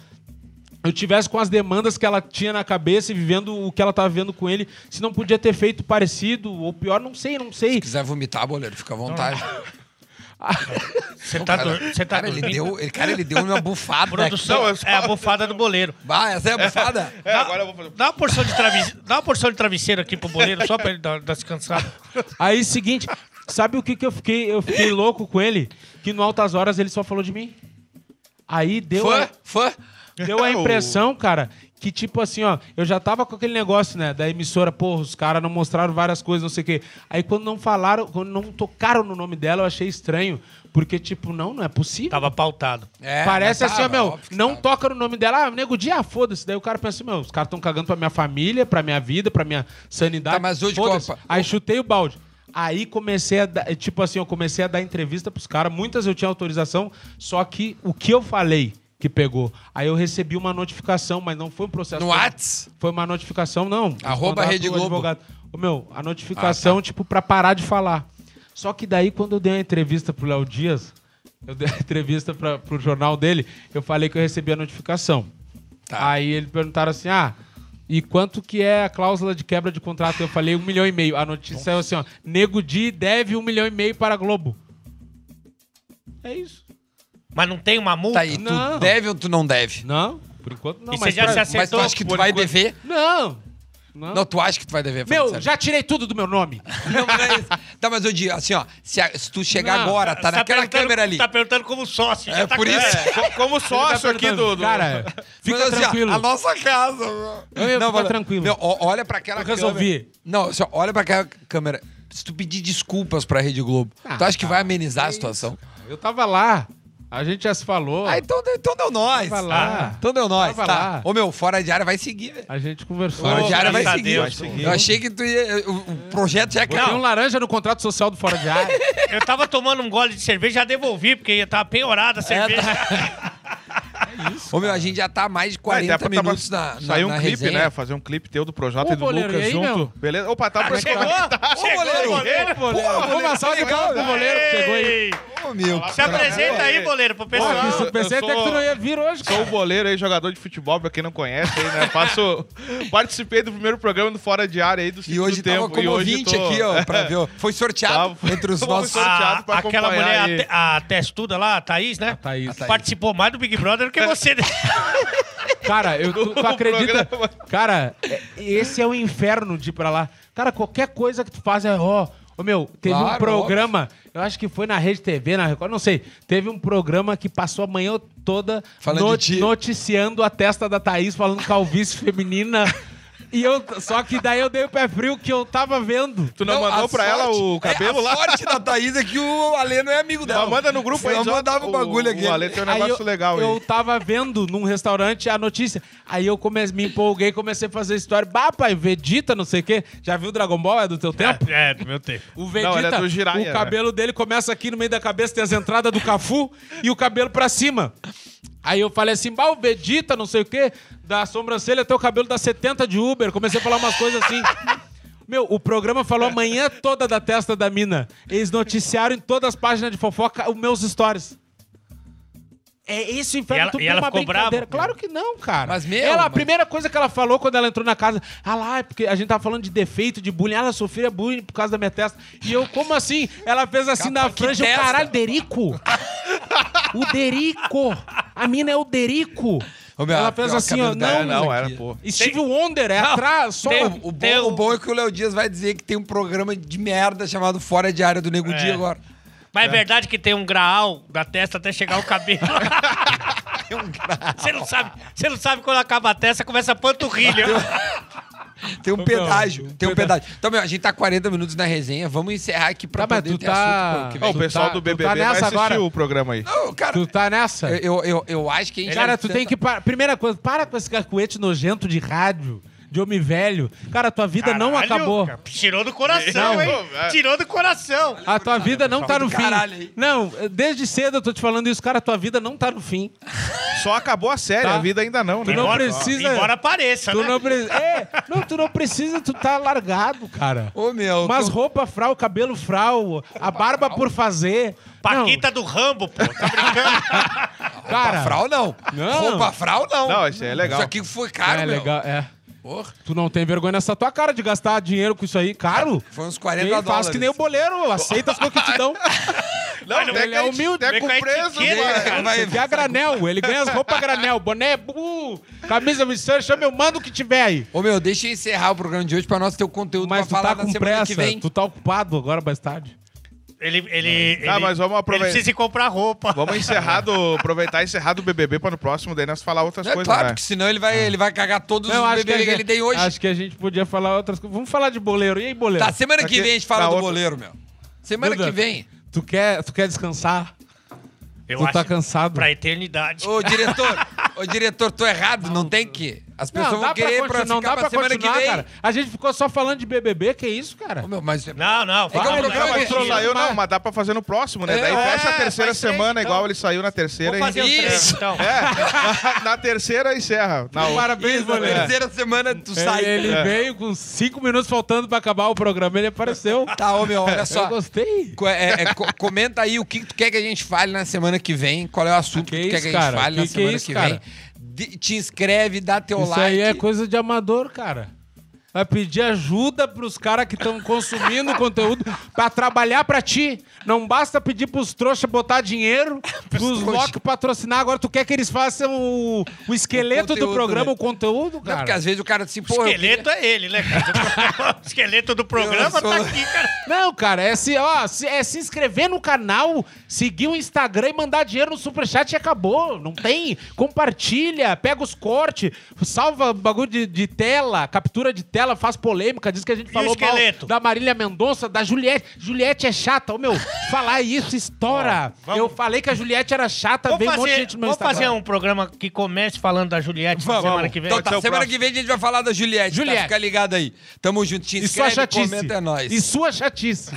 [SPEAKER 4] eu tivesse com as demandas que ela tinha na cabeça e vivendo o que ela tava vivendo com ele, se não podia ter feito parecido ou pior, não sei, não sei.
[SPEAKER 1] se quiser vomitar, boleiro, fica à vontade.
[SPEAKER 2] Você
[SPEAKER 1] Não,
[SPEAKER 2] tá,
[SPEAKER 1] cara,
[SPEAKER 2] dor- você tá
[SPEAKER 1] cara, ele
[SPEAKER 2] dormindo?
[SPEAKER 1] deu, ele, cara, ele deu uma bufada. né?
[SPEAKER 2] Produção,
[SPEAKER 3] Não, eu só-
[SPEAKER 2] é a bufada do boleiro.
[SPEAKER 1] Bah, essa é a bufada.
[SPEAKER 3] É, agora eu vou fazer.
[SPEAKER 2] Dá uma porção de travesseiro, dá uma porção de travesseiro aqui pro boleiro só pra ele dar, dar descansado.
[SPEAKER 4] Aí, seguinte, sabe o que que eu fiquei, eu fiquei louco com ele? Que no altas horas ele só falou de mim. Aí deu
[SPEAKER 1] Fã, fã.
[SPEAKER 4] Deu a impressão, cara, que tipo assim, ó, eu já tava com aquele negócio, né, da emissora, porra, os caras não mostraram várias coisas, não sei o quê. Aí quando não falaram, quando não tocaram no nome dela, eu achei estranho, porque tipo, não, não é possível.
[SPEAKER 2] Tava pautado.
[SPEAKER 1] É,
[SPEAKER 4] Parece
[SPEAKER 1] mas
[SPEAKER 4] assim, ó,
[SPEAKER 1] tava,
[SPEAKER 4] meu,
[SPEAKER 1] óbvio que tá.
[SPEAKER 4] não
[SPEAKER 1] tava.
[SPEAKER 4] toca no nome dela, ah, nego dia, ah, foda-se. Daí o cara pensa assim, meu, os caras estão cagando pra minha família, pra minha vida, pra minha sanidade.
[SPEAKER 1] Tá, mas hoje,
[SPEAKER 4] Foda-se.
[SPEAKER 1] Copa.
[SPEAKER 4] Aí chutei o balde. Aí comecei a dar, tipo assim, eu comecei a dar entrevista pros caras, muitas eu tinha autorização, só que o que eu falei que pegou. Aí eu recebi uma notificação, mas não foi um processo.
[SPEAKER 1] No
[SPEAKER 4] foi-
[SPEAKER 1] Whats?
[SPEAKER 4] Foi uma notificação, não. eles
[SPEAKER 1] Arroba
[SPEAKER 4] mandaram
[SPEAKER 1] Rede
[SPEAKER 4] pro
[SPEAKER 1] Globo.
[SPEAKER 4] advogado. Ô, meu, a notificação, tipo, pra parar de falar. Só que daí, quando eu dei a entrevista pro Léo Dias, eu dei a entrevista pra, pro jornal dele, eu falei que eu recebi a notificação.
[SPEAKER 1] Tá.
[SPEAKER 4] Aí ele perguntaram assim, ah, e quanto que é a cláusula de quebra de contrato? Eu falei um milhão e meio. A notícia saiu assim, ó, Nego Di deve um milhão e meio para a Globo. É isso.
[SPEAKER 2] Mas não tem uma multa?
[SPEAKER 1] Tá aí, tu
[SPEAKER 4] Não.
[SPEAKER 1] deve ou tu não deve?
[SPEAKER 4] Não, por enquanto não.
[SPEAKER 2] E
[SPEAKER 4] mas
[SPEAKER 2] você já
[SPEAKER 4] pra-
[SPEAKER 2] se
[SPEAKER 1] Mas tu
[SPEAKER 2] acertou?
[SPEAKER 1] acha que tu
[SPEAKER 2] por
[SPEAKER 1] vai
[SPEAKER 2] enquanto?
[SPEAKER 1] dever?
[SPEAKER 4] Não, não.
[SPEAKER 1] Não, tu acha que tu vai dever. falando
[SPEAKER 4] Meu,
[SPEAKER 1] sério.
[SPEAKER 4] já tirei tudo do meu nome.
[SPEAKER 1] Não, mas é isso. Tá, mas eu digo, assim, ó, se, a- se tu chegar
[SPEAKER 4] Não,
[SPEAKER 1] agora,
[SPEAKER 2] Você
[SPEAKER 1] tá naquela
[SPEAKER 2] perguntando-
[SPEAKER 1] câmera ali.
[SPEAKER 2] Tá perguntando como sócio. já
[SPEAKER 1] É,
[SPEAKER 2] tá
[SPEAKER 1] por
[SPEAKER 2] claro.
[SPEAKER 1] isso.
[SPEAKER 3] Co- Como sócio aqui do. do-
[SPEAKER 4] Cara, fica
[SPEAKER 1] Mas, assim, ó,
[SPEAKER 4] tranquilo.
[SPEAKER 1] a nossa casa. mano.
[SPEAKER 4] Eu ia ficar
[SPEAKER 1] mano,
[SPEAKER 4] tranquilo.
[SPEAKER 1] meu, ó- olha pra aquela
[SPEAKER 4] Eu resolvi.
[SPEAKER 1] câmera. Não, assim, ó, olha pra aquela câmera. Se tu pedir desculpas pra Rede Globo,
[SPEAKER 4] Ah,
[SPEAKER 1] tu acha que vai amenizar a situação?
[SPEAKER 4] Eu tava lá. A gente já se falou.
[SPEAKER 1] Ah, então, deu- então deu nós.
[SPEAKER 4] Tava lá.
[SPEAKER 1] Então deu nós,
[SPEAKER 4] Tava
[SPEAKER 1] tá?
[SPEAKER 4] lá.
[SPEAKER 1] Ô, meu, fora de área vai seguir, velho.
[SPEAKER 4] A gente conversou.
[SPEAKER 1] Fora
[SPEAKER 2] Ô,
[SPEAKER 1] de área vai
[SPEAKER 2] graças a
[SPEAKER 1] seguir.
[SPEAKER 2] Deus.
[SPEAKER 1] Eu achei que tu ia... O, o projeto já é
[SPEAKER 4] Tem um laranja no contrato social do Fora de Área.
[SPEAKER 2] Eu tava tomando um gole de cerveja, já devolvi, porque ia tava penhorada a cerveja.
[SPEAKER 4] um
[SPEAKER 1] Ô, meu, a gente já tá há mais de
[SPEAKER 3] Ah, até
[SPEAKER 1] 40
[SPEAKER 3] pra-
[SPEAKER 1] minutos
[SPEAKER 3] tava-
[SPEAKER 1] na, na
[SPEAKER 3] Saiu um
[SPEAKER 1] na
[SPEAKER 3] clipe,
[SPEAKER 1] resenha.
[SPEAKER 3] né? Fazer um clipe teu do Projota
[SPEAKER 4] Ô,
[SPEAKER 3] e do
[SPEAKER 4] boleiro,
[SPEAKER 3] Lucas
[SPEAKER 4] e aí,
[SPEAKER 3] junto.
[SPEAKER 4] meu?
[SPEAKER 3] Beleza? Opa,
[SPEAKER 1] Ah,
[SPEAKER 3] tá pra
[SPEAKER 2] chegou?
[SPEAKER 1] Ô, goleiro!
[SPEAKER 2] goleiro!
[SPEAKER 1] Pô,
[SPEAKER 4] Vamos
[SPEAKER 1] goleiro,
[SPEAKER 4] assar
[SPEAKER 1] tá
[SPEAKER 4] de carro
[SPEAKER 1] legal.
[SPEAKER 4] do goleiro que chegou aí.
[SPEAKER 2] Ei,
[SPEAKER 1] Ô, meu.
[SPEAKER 2] Se apresenta aí, boleiro, pro
[SPEAKER 4] Pô,
[SPEAKER 2] pessoal. Ah,
[SPEAKER 3] Olá.
[SPEAKER 4] isso,
[SPEAKER 3] eu
[SPEAKER 4] pensei até
[SPEAKER 3] sou-
[SPEAKER 4] que tu não ia vir hoje,
[SPEAKER 3] Sou o
[SPEAKER 4] cara.
[SPEAKER 3] boleiro aí, jogador de futebol, pra quem não conhece aí, né? Faço. Participei do primeiro programa do Fora de Área aí do
[SPEAKER 1] E
[SPEAKER 3] Segundo
[SPEAKER 1] hoje
[SPEAKER 3] tempo.
[SPEAKER 1] tava como ouvinte
[SPEAKER 3] tô-
[SPEAKER 1] aqui, ó, pra ver. ó. Foi sorteado
[SPEAKER 3] Tava-
[SPEAKER 1] entre os
[SPEAKER 3] Foi
[SPEAKER 1] nossos.
[SPEAKER 3] sorteado. sorteado pra
[SPEAKER 2] A- aquela
[SPEAKER 3] acompanhar
[SPEAKER 2] mulher, a,
[SPEAKER 3] aí.
[SPEAKER 2] te- a testuda lá, a Thaís, né?
[SPEAKER 4] Thaís. A
[SPEAKER 1] Thaís.
[SPEAKER 2] Participou mais do Big Brother do que você. né?
[SPEAKER 4] Cara, eu, tu, tu
[SPEAKER 3] No
[SPEAKER 4] acredita?
[SPEAKER 3] programa.
[SPEAKER 4] Cara, é- esse é o inferno de ir pra lá. Cara, qualquer coisa que tu faz é ó. Ô, meu, teve
[SPEAKER 1] Claro,
[SPEAKER 4] um programa, eu acho que foi na Rede TV, na Record, não sei. Teve um programa que passou a manhã toda
[SPEAKER 1] Falando de ti.
[SPEAKER 4] noticiando a testa da Thaís, falando calvície feminina. E eu, só que daí eu dei o pé frio que eu tava vendo.
[SPEAKER 3] Tu não, mandou
[SPEAKER 1] a
[SPEAKER 3] pra ela
[SPEAKER 1] sorte-
[SPEAKER 3] o cabelo
[SPEAKER 1] é,
[SPEAKER 3] lá?
[SPEAKER 1] A sorte da Thaís é que o Alê não é amigo dela.
[SPEAKER 3] Mas manda no grupo aí,
[SPEAKER 1] Ela
[SPEAKER 3] só-
[SPEAKER 1] mandava o bagulho aqui.
[SPEAKER 3] O Ale tem um
[SPEAKER 4] Aí
[SPEAKER 3] negócio
[SPEAKER 4] eu,
[SPEAKER 3] legal
[SPEAKER 4] Eu
[SPEAKER 3] aí.
[SPEAKER 4] tava vendo num restaurante a notícia. Aí eu comecei, me empolguei, comecei a fazer história. Bah, pai, Vegeta, não sei o quê. Já viu Dragon Ball? É do teu tempo?
[SPEAKER 2] É, do meu tempo.
[SPEAKER 4] O
[SPEAKER 3] Não, ele
[SPEAKER 4] Vegeta,
[SPEAKER 3] é do Jiraiya, né?
[SPEAKER 4] o cabelo dele começa aqui no meio da cabeça, tem as entradas do Cafu e o cabelo pra cima. Aí eu falei assim, bah, o Vegeta, não sei o quê, da sobrancelha até o cabelo da 70 de Uber. Comecei a falar umas coisas assim. Meu, o programa falou amanhã toda da testa da mina. Eles noticiaram em todas as páginas de fofoca os meus stories. É isso,
[SPEAKER 2] E
[SPEAKER 4] inferno.
[SPEAKER 2] ela-
[SPEAKER 4] tu
[SPEAKER 2] e
[SPEAKER 4] tem
[SPEAKER 2] ela
[SPEAKER 4] uma
[SPEAKER 2] ficou brava?
[SPEAKER 4] brincadeira. Claro que não, cara.
[SPEAKER 1] Mas, meu,
[SPEAKER 4] Ela, a
[SPEAKER 1] mas-
[SPEAKER 4] primeira coisa que ela falou quando ela entrou na casa, ah lá, é porque a gente tava falando de defeito, de bullying, Ah, ela sofria bullying por causa da minha testa. E eu, como assim? Ela fez assim na
[SPEAKER 1] que
[SPEAKER 4] franja, eu,
[SPEAKER 1] testa?
[SPEAKER 4] caralho, Derico! O Derico! A mina é o Derico!
[SPEAKER 1] Ô, meu,
[SPEAKER 4] ela
[SPEAKER 1] a-
[SPEAKER 4] fez
[SPEAKER 1] a
[SPEAKER 4] assim,
[SPEAKER 1] cabelo
[SPEAKER 4] ó, não,
[SPEAKER 1] dela
[SPEAKER 3] É, não,
[SPEAKER 1] aqui.
[SPEAKER 3] era, pô.
[SPEAKER 4] Steve Wonder, é atrás, só...
[SPEAKER 2] tem-
[SPEAKER 1] O bom,
[SPEAKER 2] Tem
[SPEAKER 1] o
[SPEAKER 2] o-
[SPEAKER 4] um
[SPEAKER 1] bom é que o Léo Dias vai dizer que tem um programa de merda chamado Fora de Área do Nego
[SPEAKER 2] É.
[SPEAKER 1] Dia agora.
[SPEAKER 2] Mas é verdade que tem um graal da testa até chegar o cabelo. Você não sabe, você não sabe quando acaba a testa, começa a panturrilha.
[SPEAKER 1] Tem um pedágio, tem um pedágio. Então, meu, a gente tá 40 minutos na resenha, vamos encerrar aqui pra
[SPEAKER 4] Tá, mas
[SPEAKER 1] poder
[SPEAKER 4] tu
[SPEAKER 1] ter
[SPEAKER 4] tá-
[SPEAKER 1] assunto. pô, que
[SPEAKER 3] Ó,
[SPEAKER 1] vem.
[SPEAKER 3] o pessoal
[SPEAKER 4] tá-
[SPEAKER 3] do
[SPEAKER 4] tu tá
[SPEAKER 3] BBB vai
[SPEAKER 4] nessa
[SPEAKER 3] assistir
[SPEAKER 4] agora?
[SPEAKER 3] o programa aí.
[SPEAKER 1] Não, cara,
[SPEAKER 4] Tu tá nessa?
[SPEAKER 1] eu, eu, eu, eu acho que a gente...
[SPEAKER 4] Cara, tu tem que... Par... Primeira coisa, para com esse cacuete nojento de rádio, de homem velho. Cara, tua vida não
[SPEAKER 2] Caralho,
[SPEAKER 4] acabou.
[SPEAKER 2] cara. Tirou do coração,
[SPEAKER 4] Não.
[SPEAKER 2] hein? Tirou do coração.
[SPEAKER 4] A tua vida não tá no fim.
[SPEAKER 1] caralho aí.
[SPEAKER 4] Não, desde cedo eu tô te falando isso, cara. A tua vida não tá no fim.
[SPEAKER 3] Só acabou a série,
[SPEAKER 4] Tá.
[SPEAKER 3] a vida ainda não, né?
[SPEAKER 4] não
[SPEAKER 3] Ó,
[SPEAKER 4] precisa-
[SPEAKER 2] Embora apareça,
[SPEAKER 4] Tu
[SPEAKER 2] né?
[SPEAKER 4] não precisa. É, não, tu não precisa, tu tá largado, cara.
[SPEAKER 1] Ô, meu...
[SPEAKER 4] Mas
[SPEAKER 1] tu-
[SPEAKER 4] roupa fral, cabelo fral, a barba por fazer.
[SPEAKER 2] Paquita do Rambo, pô. Tá brincando?
[SPEAKER 4] não,
[SPEAKER 1] Roupa
[SPEAKER 4] cara.
[SPEAKER 1] fral, não.
[SPEAKER 4] Não.
[SPEAKER 1] Roupa fral, não.
[SPEAKER 3] Não, isso aí é legal.
[SPEAKER 1] Isso aqui foi caro,
[SPEAKER 4] é
[SPEAKER 1] meu.
[SPEAKER 4] legal, é.
[SPEAKER 1] Porra,
[SPEAKER 4] Tu não tem vergonha nessa tua cara de gastar dinheiro com isso aí, caro?
[SPEAKER 1] foi uns
[SPEAKER 4] Quem
[SPEAKER 1] 40
[SPEAKER 4] faz
[SPEAKER 1] dólares.
[SPEAKER 4] que nem o boleiro, aceita as coisas que te dão.
[SPEAKER 3] Não,
[SPEAKER 2] Mas não-
[SPEAKER 3] até que
[SPEAKER 4] ele é
[SPEAKER 3] a gente-
[SPEAKER 4] humilde.
[SPEAKER 3] até
[SPEAKER 2] Vem
[SPEAKER 3] com
[SPEAKER 2] com a
[SPEAKER 3] preso, né?
[SPEAKER 2] etiqueta, né?
[SPEAKER 3] mano.
[SPEAKER 2] cara.
[SPEAKER 1] Vai-
[SPEAKER 4] Você vê a granel, ele ganha as roupas a granel, boné, bu, camisa, mistura, chama, eu mando o que tiver aí.
[SPEAKER 1] Ô, meu, deixa eu encerrar o programa de hoje pra nós ter o conteúdo
[SPEAKER 4] Mas tu
[SPEAKER 1] pra falar
[SPEAKER 4] tá
[SPEAKER 1] na
[SPEAKER 4] com
[SPEAKER 1] semana que
[SPEAKER 4] pressa,
[SPEAKER 1] vem.
[SPEAKER 4] tu tá ocupado agora mais tarde.
[SPEAKER 2] Ele, ele,
[SPEAKER 3] Tá,
[SPEAKER 2] ele-
[SPEAKER 3] mas vamos aproveitar.
[SPEAKER 2] Ele precisa ir comprar roupa.
[SPEAKER 3] Vamos encerrar do, aproveitar e encerrar do BBB para no próximo, daí nós falar outras
[SPEAKER 1] É
[SPEAKER 3] coisas,
[SPEAKER 1] claro,
[SPEAKER 3] né?
[SPEAKER 1] porque senão ele vai, ele vai cagar todos
[SPEAKER 4] Ah. Não,
[SPEAKER 1] os
[SPEAKER 4] acho
[SPEAKER 1] bebês
[SPEAKER 4] que, a
[SPEAKER 1] que,
[SPEAKER 4] gente,
[SPEAKER 1] ele tem hoje.
[SPEAKER 4] acho que é. a gente podia falar outras coisas. Vamos falar de boleiro. E aí, boleiro?
[SPEAKER 1] Tá, semana que
[SPEAKER 3] Aqui,
[SPEAKER 1] vem a gente fala
[SPEAKER 3] na
[SPEAKER 1] do
[SPEAKER 3] outra.
[SPEAKER 1] goleiro, meu. Semana
[SPEAKER 4] Duda.
[SPEAKER 1] que vem.
[SPEAKER 4] Tu quer, tu quer descansar?
[SPEAKER 2] Eu
[SPEAKER 4] Tu tá cansado.
[SPEAKER 2] Pra eternidade.
[SPEAKER 1] Ô, diretor, ô, diretor, tô errado, não tem que. As pessoas vão querer pra,
[SPEAKER 4] continuar, não
[SPEAKER 1] ficar
[SPEAKER 4] dá
[SPEAKER 1] pra
[SPEAKER 4] pra
[SPEAKER 1] semana que
[SPEAKER 4] continuar,
[SPEAKER 1] vem.
[SPEAKER 4] cara. A gente ficou só falando de BBB, que isso, cara?
[SPEAKER 1] Ô, meu, mas...
[SPEAKER 2] Não, não.
[SPEAKER 1] que é um
[SPEAKER 2] fala,
[SPEAKER 1] programa
[SPEAKER 2] não,
[SPEAKER 1] de
[SPEAKER 2] mas-
[SPEAKER 3] Não saiu não,
[SPEAKER 4] Mas-
[SPEAKER 3] mas dá pra fazer no próximo, né?
[SPEAKER 1] É,
[SPEAKER 3] Daí fecha
[SPEAKER 2] é,
[SPEAKER 3] a terceira
[SPEAKER 2] faz três,
[SPEAKER 3] semana,
[SPEAKER 2] então.
[SPEAKER 3] igual ele saiu na terceira.
[SPEAKER 2] Vou fazer
[SPEAKER 3] e...
[SPEAKER 2] os três,
[SPEAKER 1] Isso.
[SPEAKER 2] então.
[SPEAKER 3] É, na- na terceira encerra. Na outra.
[SPEAKER 4] Parabéns,
[SPEAKER 1] Isso, na
[SPEAKER 4] boleiro.
[SPEAKER 1] terceira semana tu sai.
[SPEAKER 4] Ele, ele veio com cinco minutos faltando pra acabar o programa, ele apareceu.
[SPEAKER 1] Tá, ô, meu, olha
[SPEAKER 4] Eu
[SPEAKER 1] só.
[SPEAKER 4] gostei.
[SPEAKER 1] Co- é, é, co- comenta aí o que tu quer que a gente fale na semana que vem, qual é o assunto
[SPEAKER 4] Que
[SPEAKER 1] que, tu quer
[SPEAKER 4] isso,
[SPEAKER 1] que a gente
[SPEAKER 4] cara?
[SPEAKER 1] fale
[SPEAKER 4] Que
[SPEAKER 1] na
[SPEAKER 4] que
[SPEAKER 1] semana
[SPEAKER 4] é isso,
[SPEAKER 1] que
[SPEAKER 4] cara?
[SPEAKER 1] vem. De- te inscreve, dá teu
[SPEAKER 4] Isso
[SPEAKER 1] like.
[SPEAKER 4] aí é coisa de amador, cara. Vai pedir ajuda pros caras que estão consumindo conteúdo pra trabalhar pra ti. Não basta pedir pros trouxas botar dinheiro, pros
[SPEAKER 1] trouxa.
[SPEAKER 4] lock patrocinar. Agora tu quer que eles façam o, o esqueleto
[SPEAKER 1] conteúdo,
[SPEAKER 4] do programa,
[SPEAKER 1] né?
[SPEAKER 4] o conteúdo,
[SPEAKER 1] Não, porque
[SPEAKER 4] cara?
[SPEAKER 1] às vezes o cara assim,
[SPEAKER 2] O
[SPEAKER 1] pô, eu queria-
[SPEAKER 2] esqueleto é ele, né, cara? O esqueleto do programa
[SPEAKER 1] Eu sou-
[SPEAKER 2] tá aqui, cara.
[SPEAKER 4] Não, cara, é se, ó, se- é se inscrever no canal, seguir o Instagram e mandar dinheiro no superchat e acabou. Não tem. Compartilha, pega os cortes, salva bagulho de, de tela, captura de tela, faz polêmica, diz que a gente falou mal
[SPEAKER 2] esqueleto?
[SPEAKER 4] da Marília Mendonça, da Juliette. Juliette é chata, ô meu, falar isso estoura.
[SPEAKER 2] vamos.
[SPEAKER 4] Eu falei que a Juliette era chata,
[SPEAKER 2] Vou
[SPEAKER 4] vem um monte de
[SPEAKER 2] fazer,
[SPEAKER 4] gente no meu
[SPEAKER 2] vou
[SPEAKER 4] Instagram.
[SPEAKER 2] fazer um programa que comece falando da Juliette na semana que vem.
[SPEAKER 1] Então tá,
[SPEAKER 3] Esse é o
[SPEAKER 1] semana
[SPEAKER 3] próximo.
[SPEAKER 1] que vem a gente vai falar da Juliette. Juliette.
[SPEAKER 4] Juliette.
[SPEAKER 1] Tá, fica ligado aí. Tamo junto, te
[SPEAKER 2] é
[SPEAKER 4] E sua
[SPEAKER 1] inscreve,
[SPEAKER 4] chatice.
[SPEAKER 1] comenta, é nóis.
[SPEAKER 4] E sua chatice.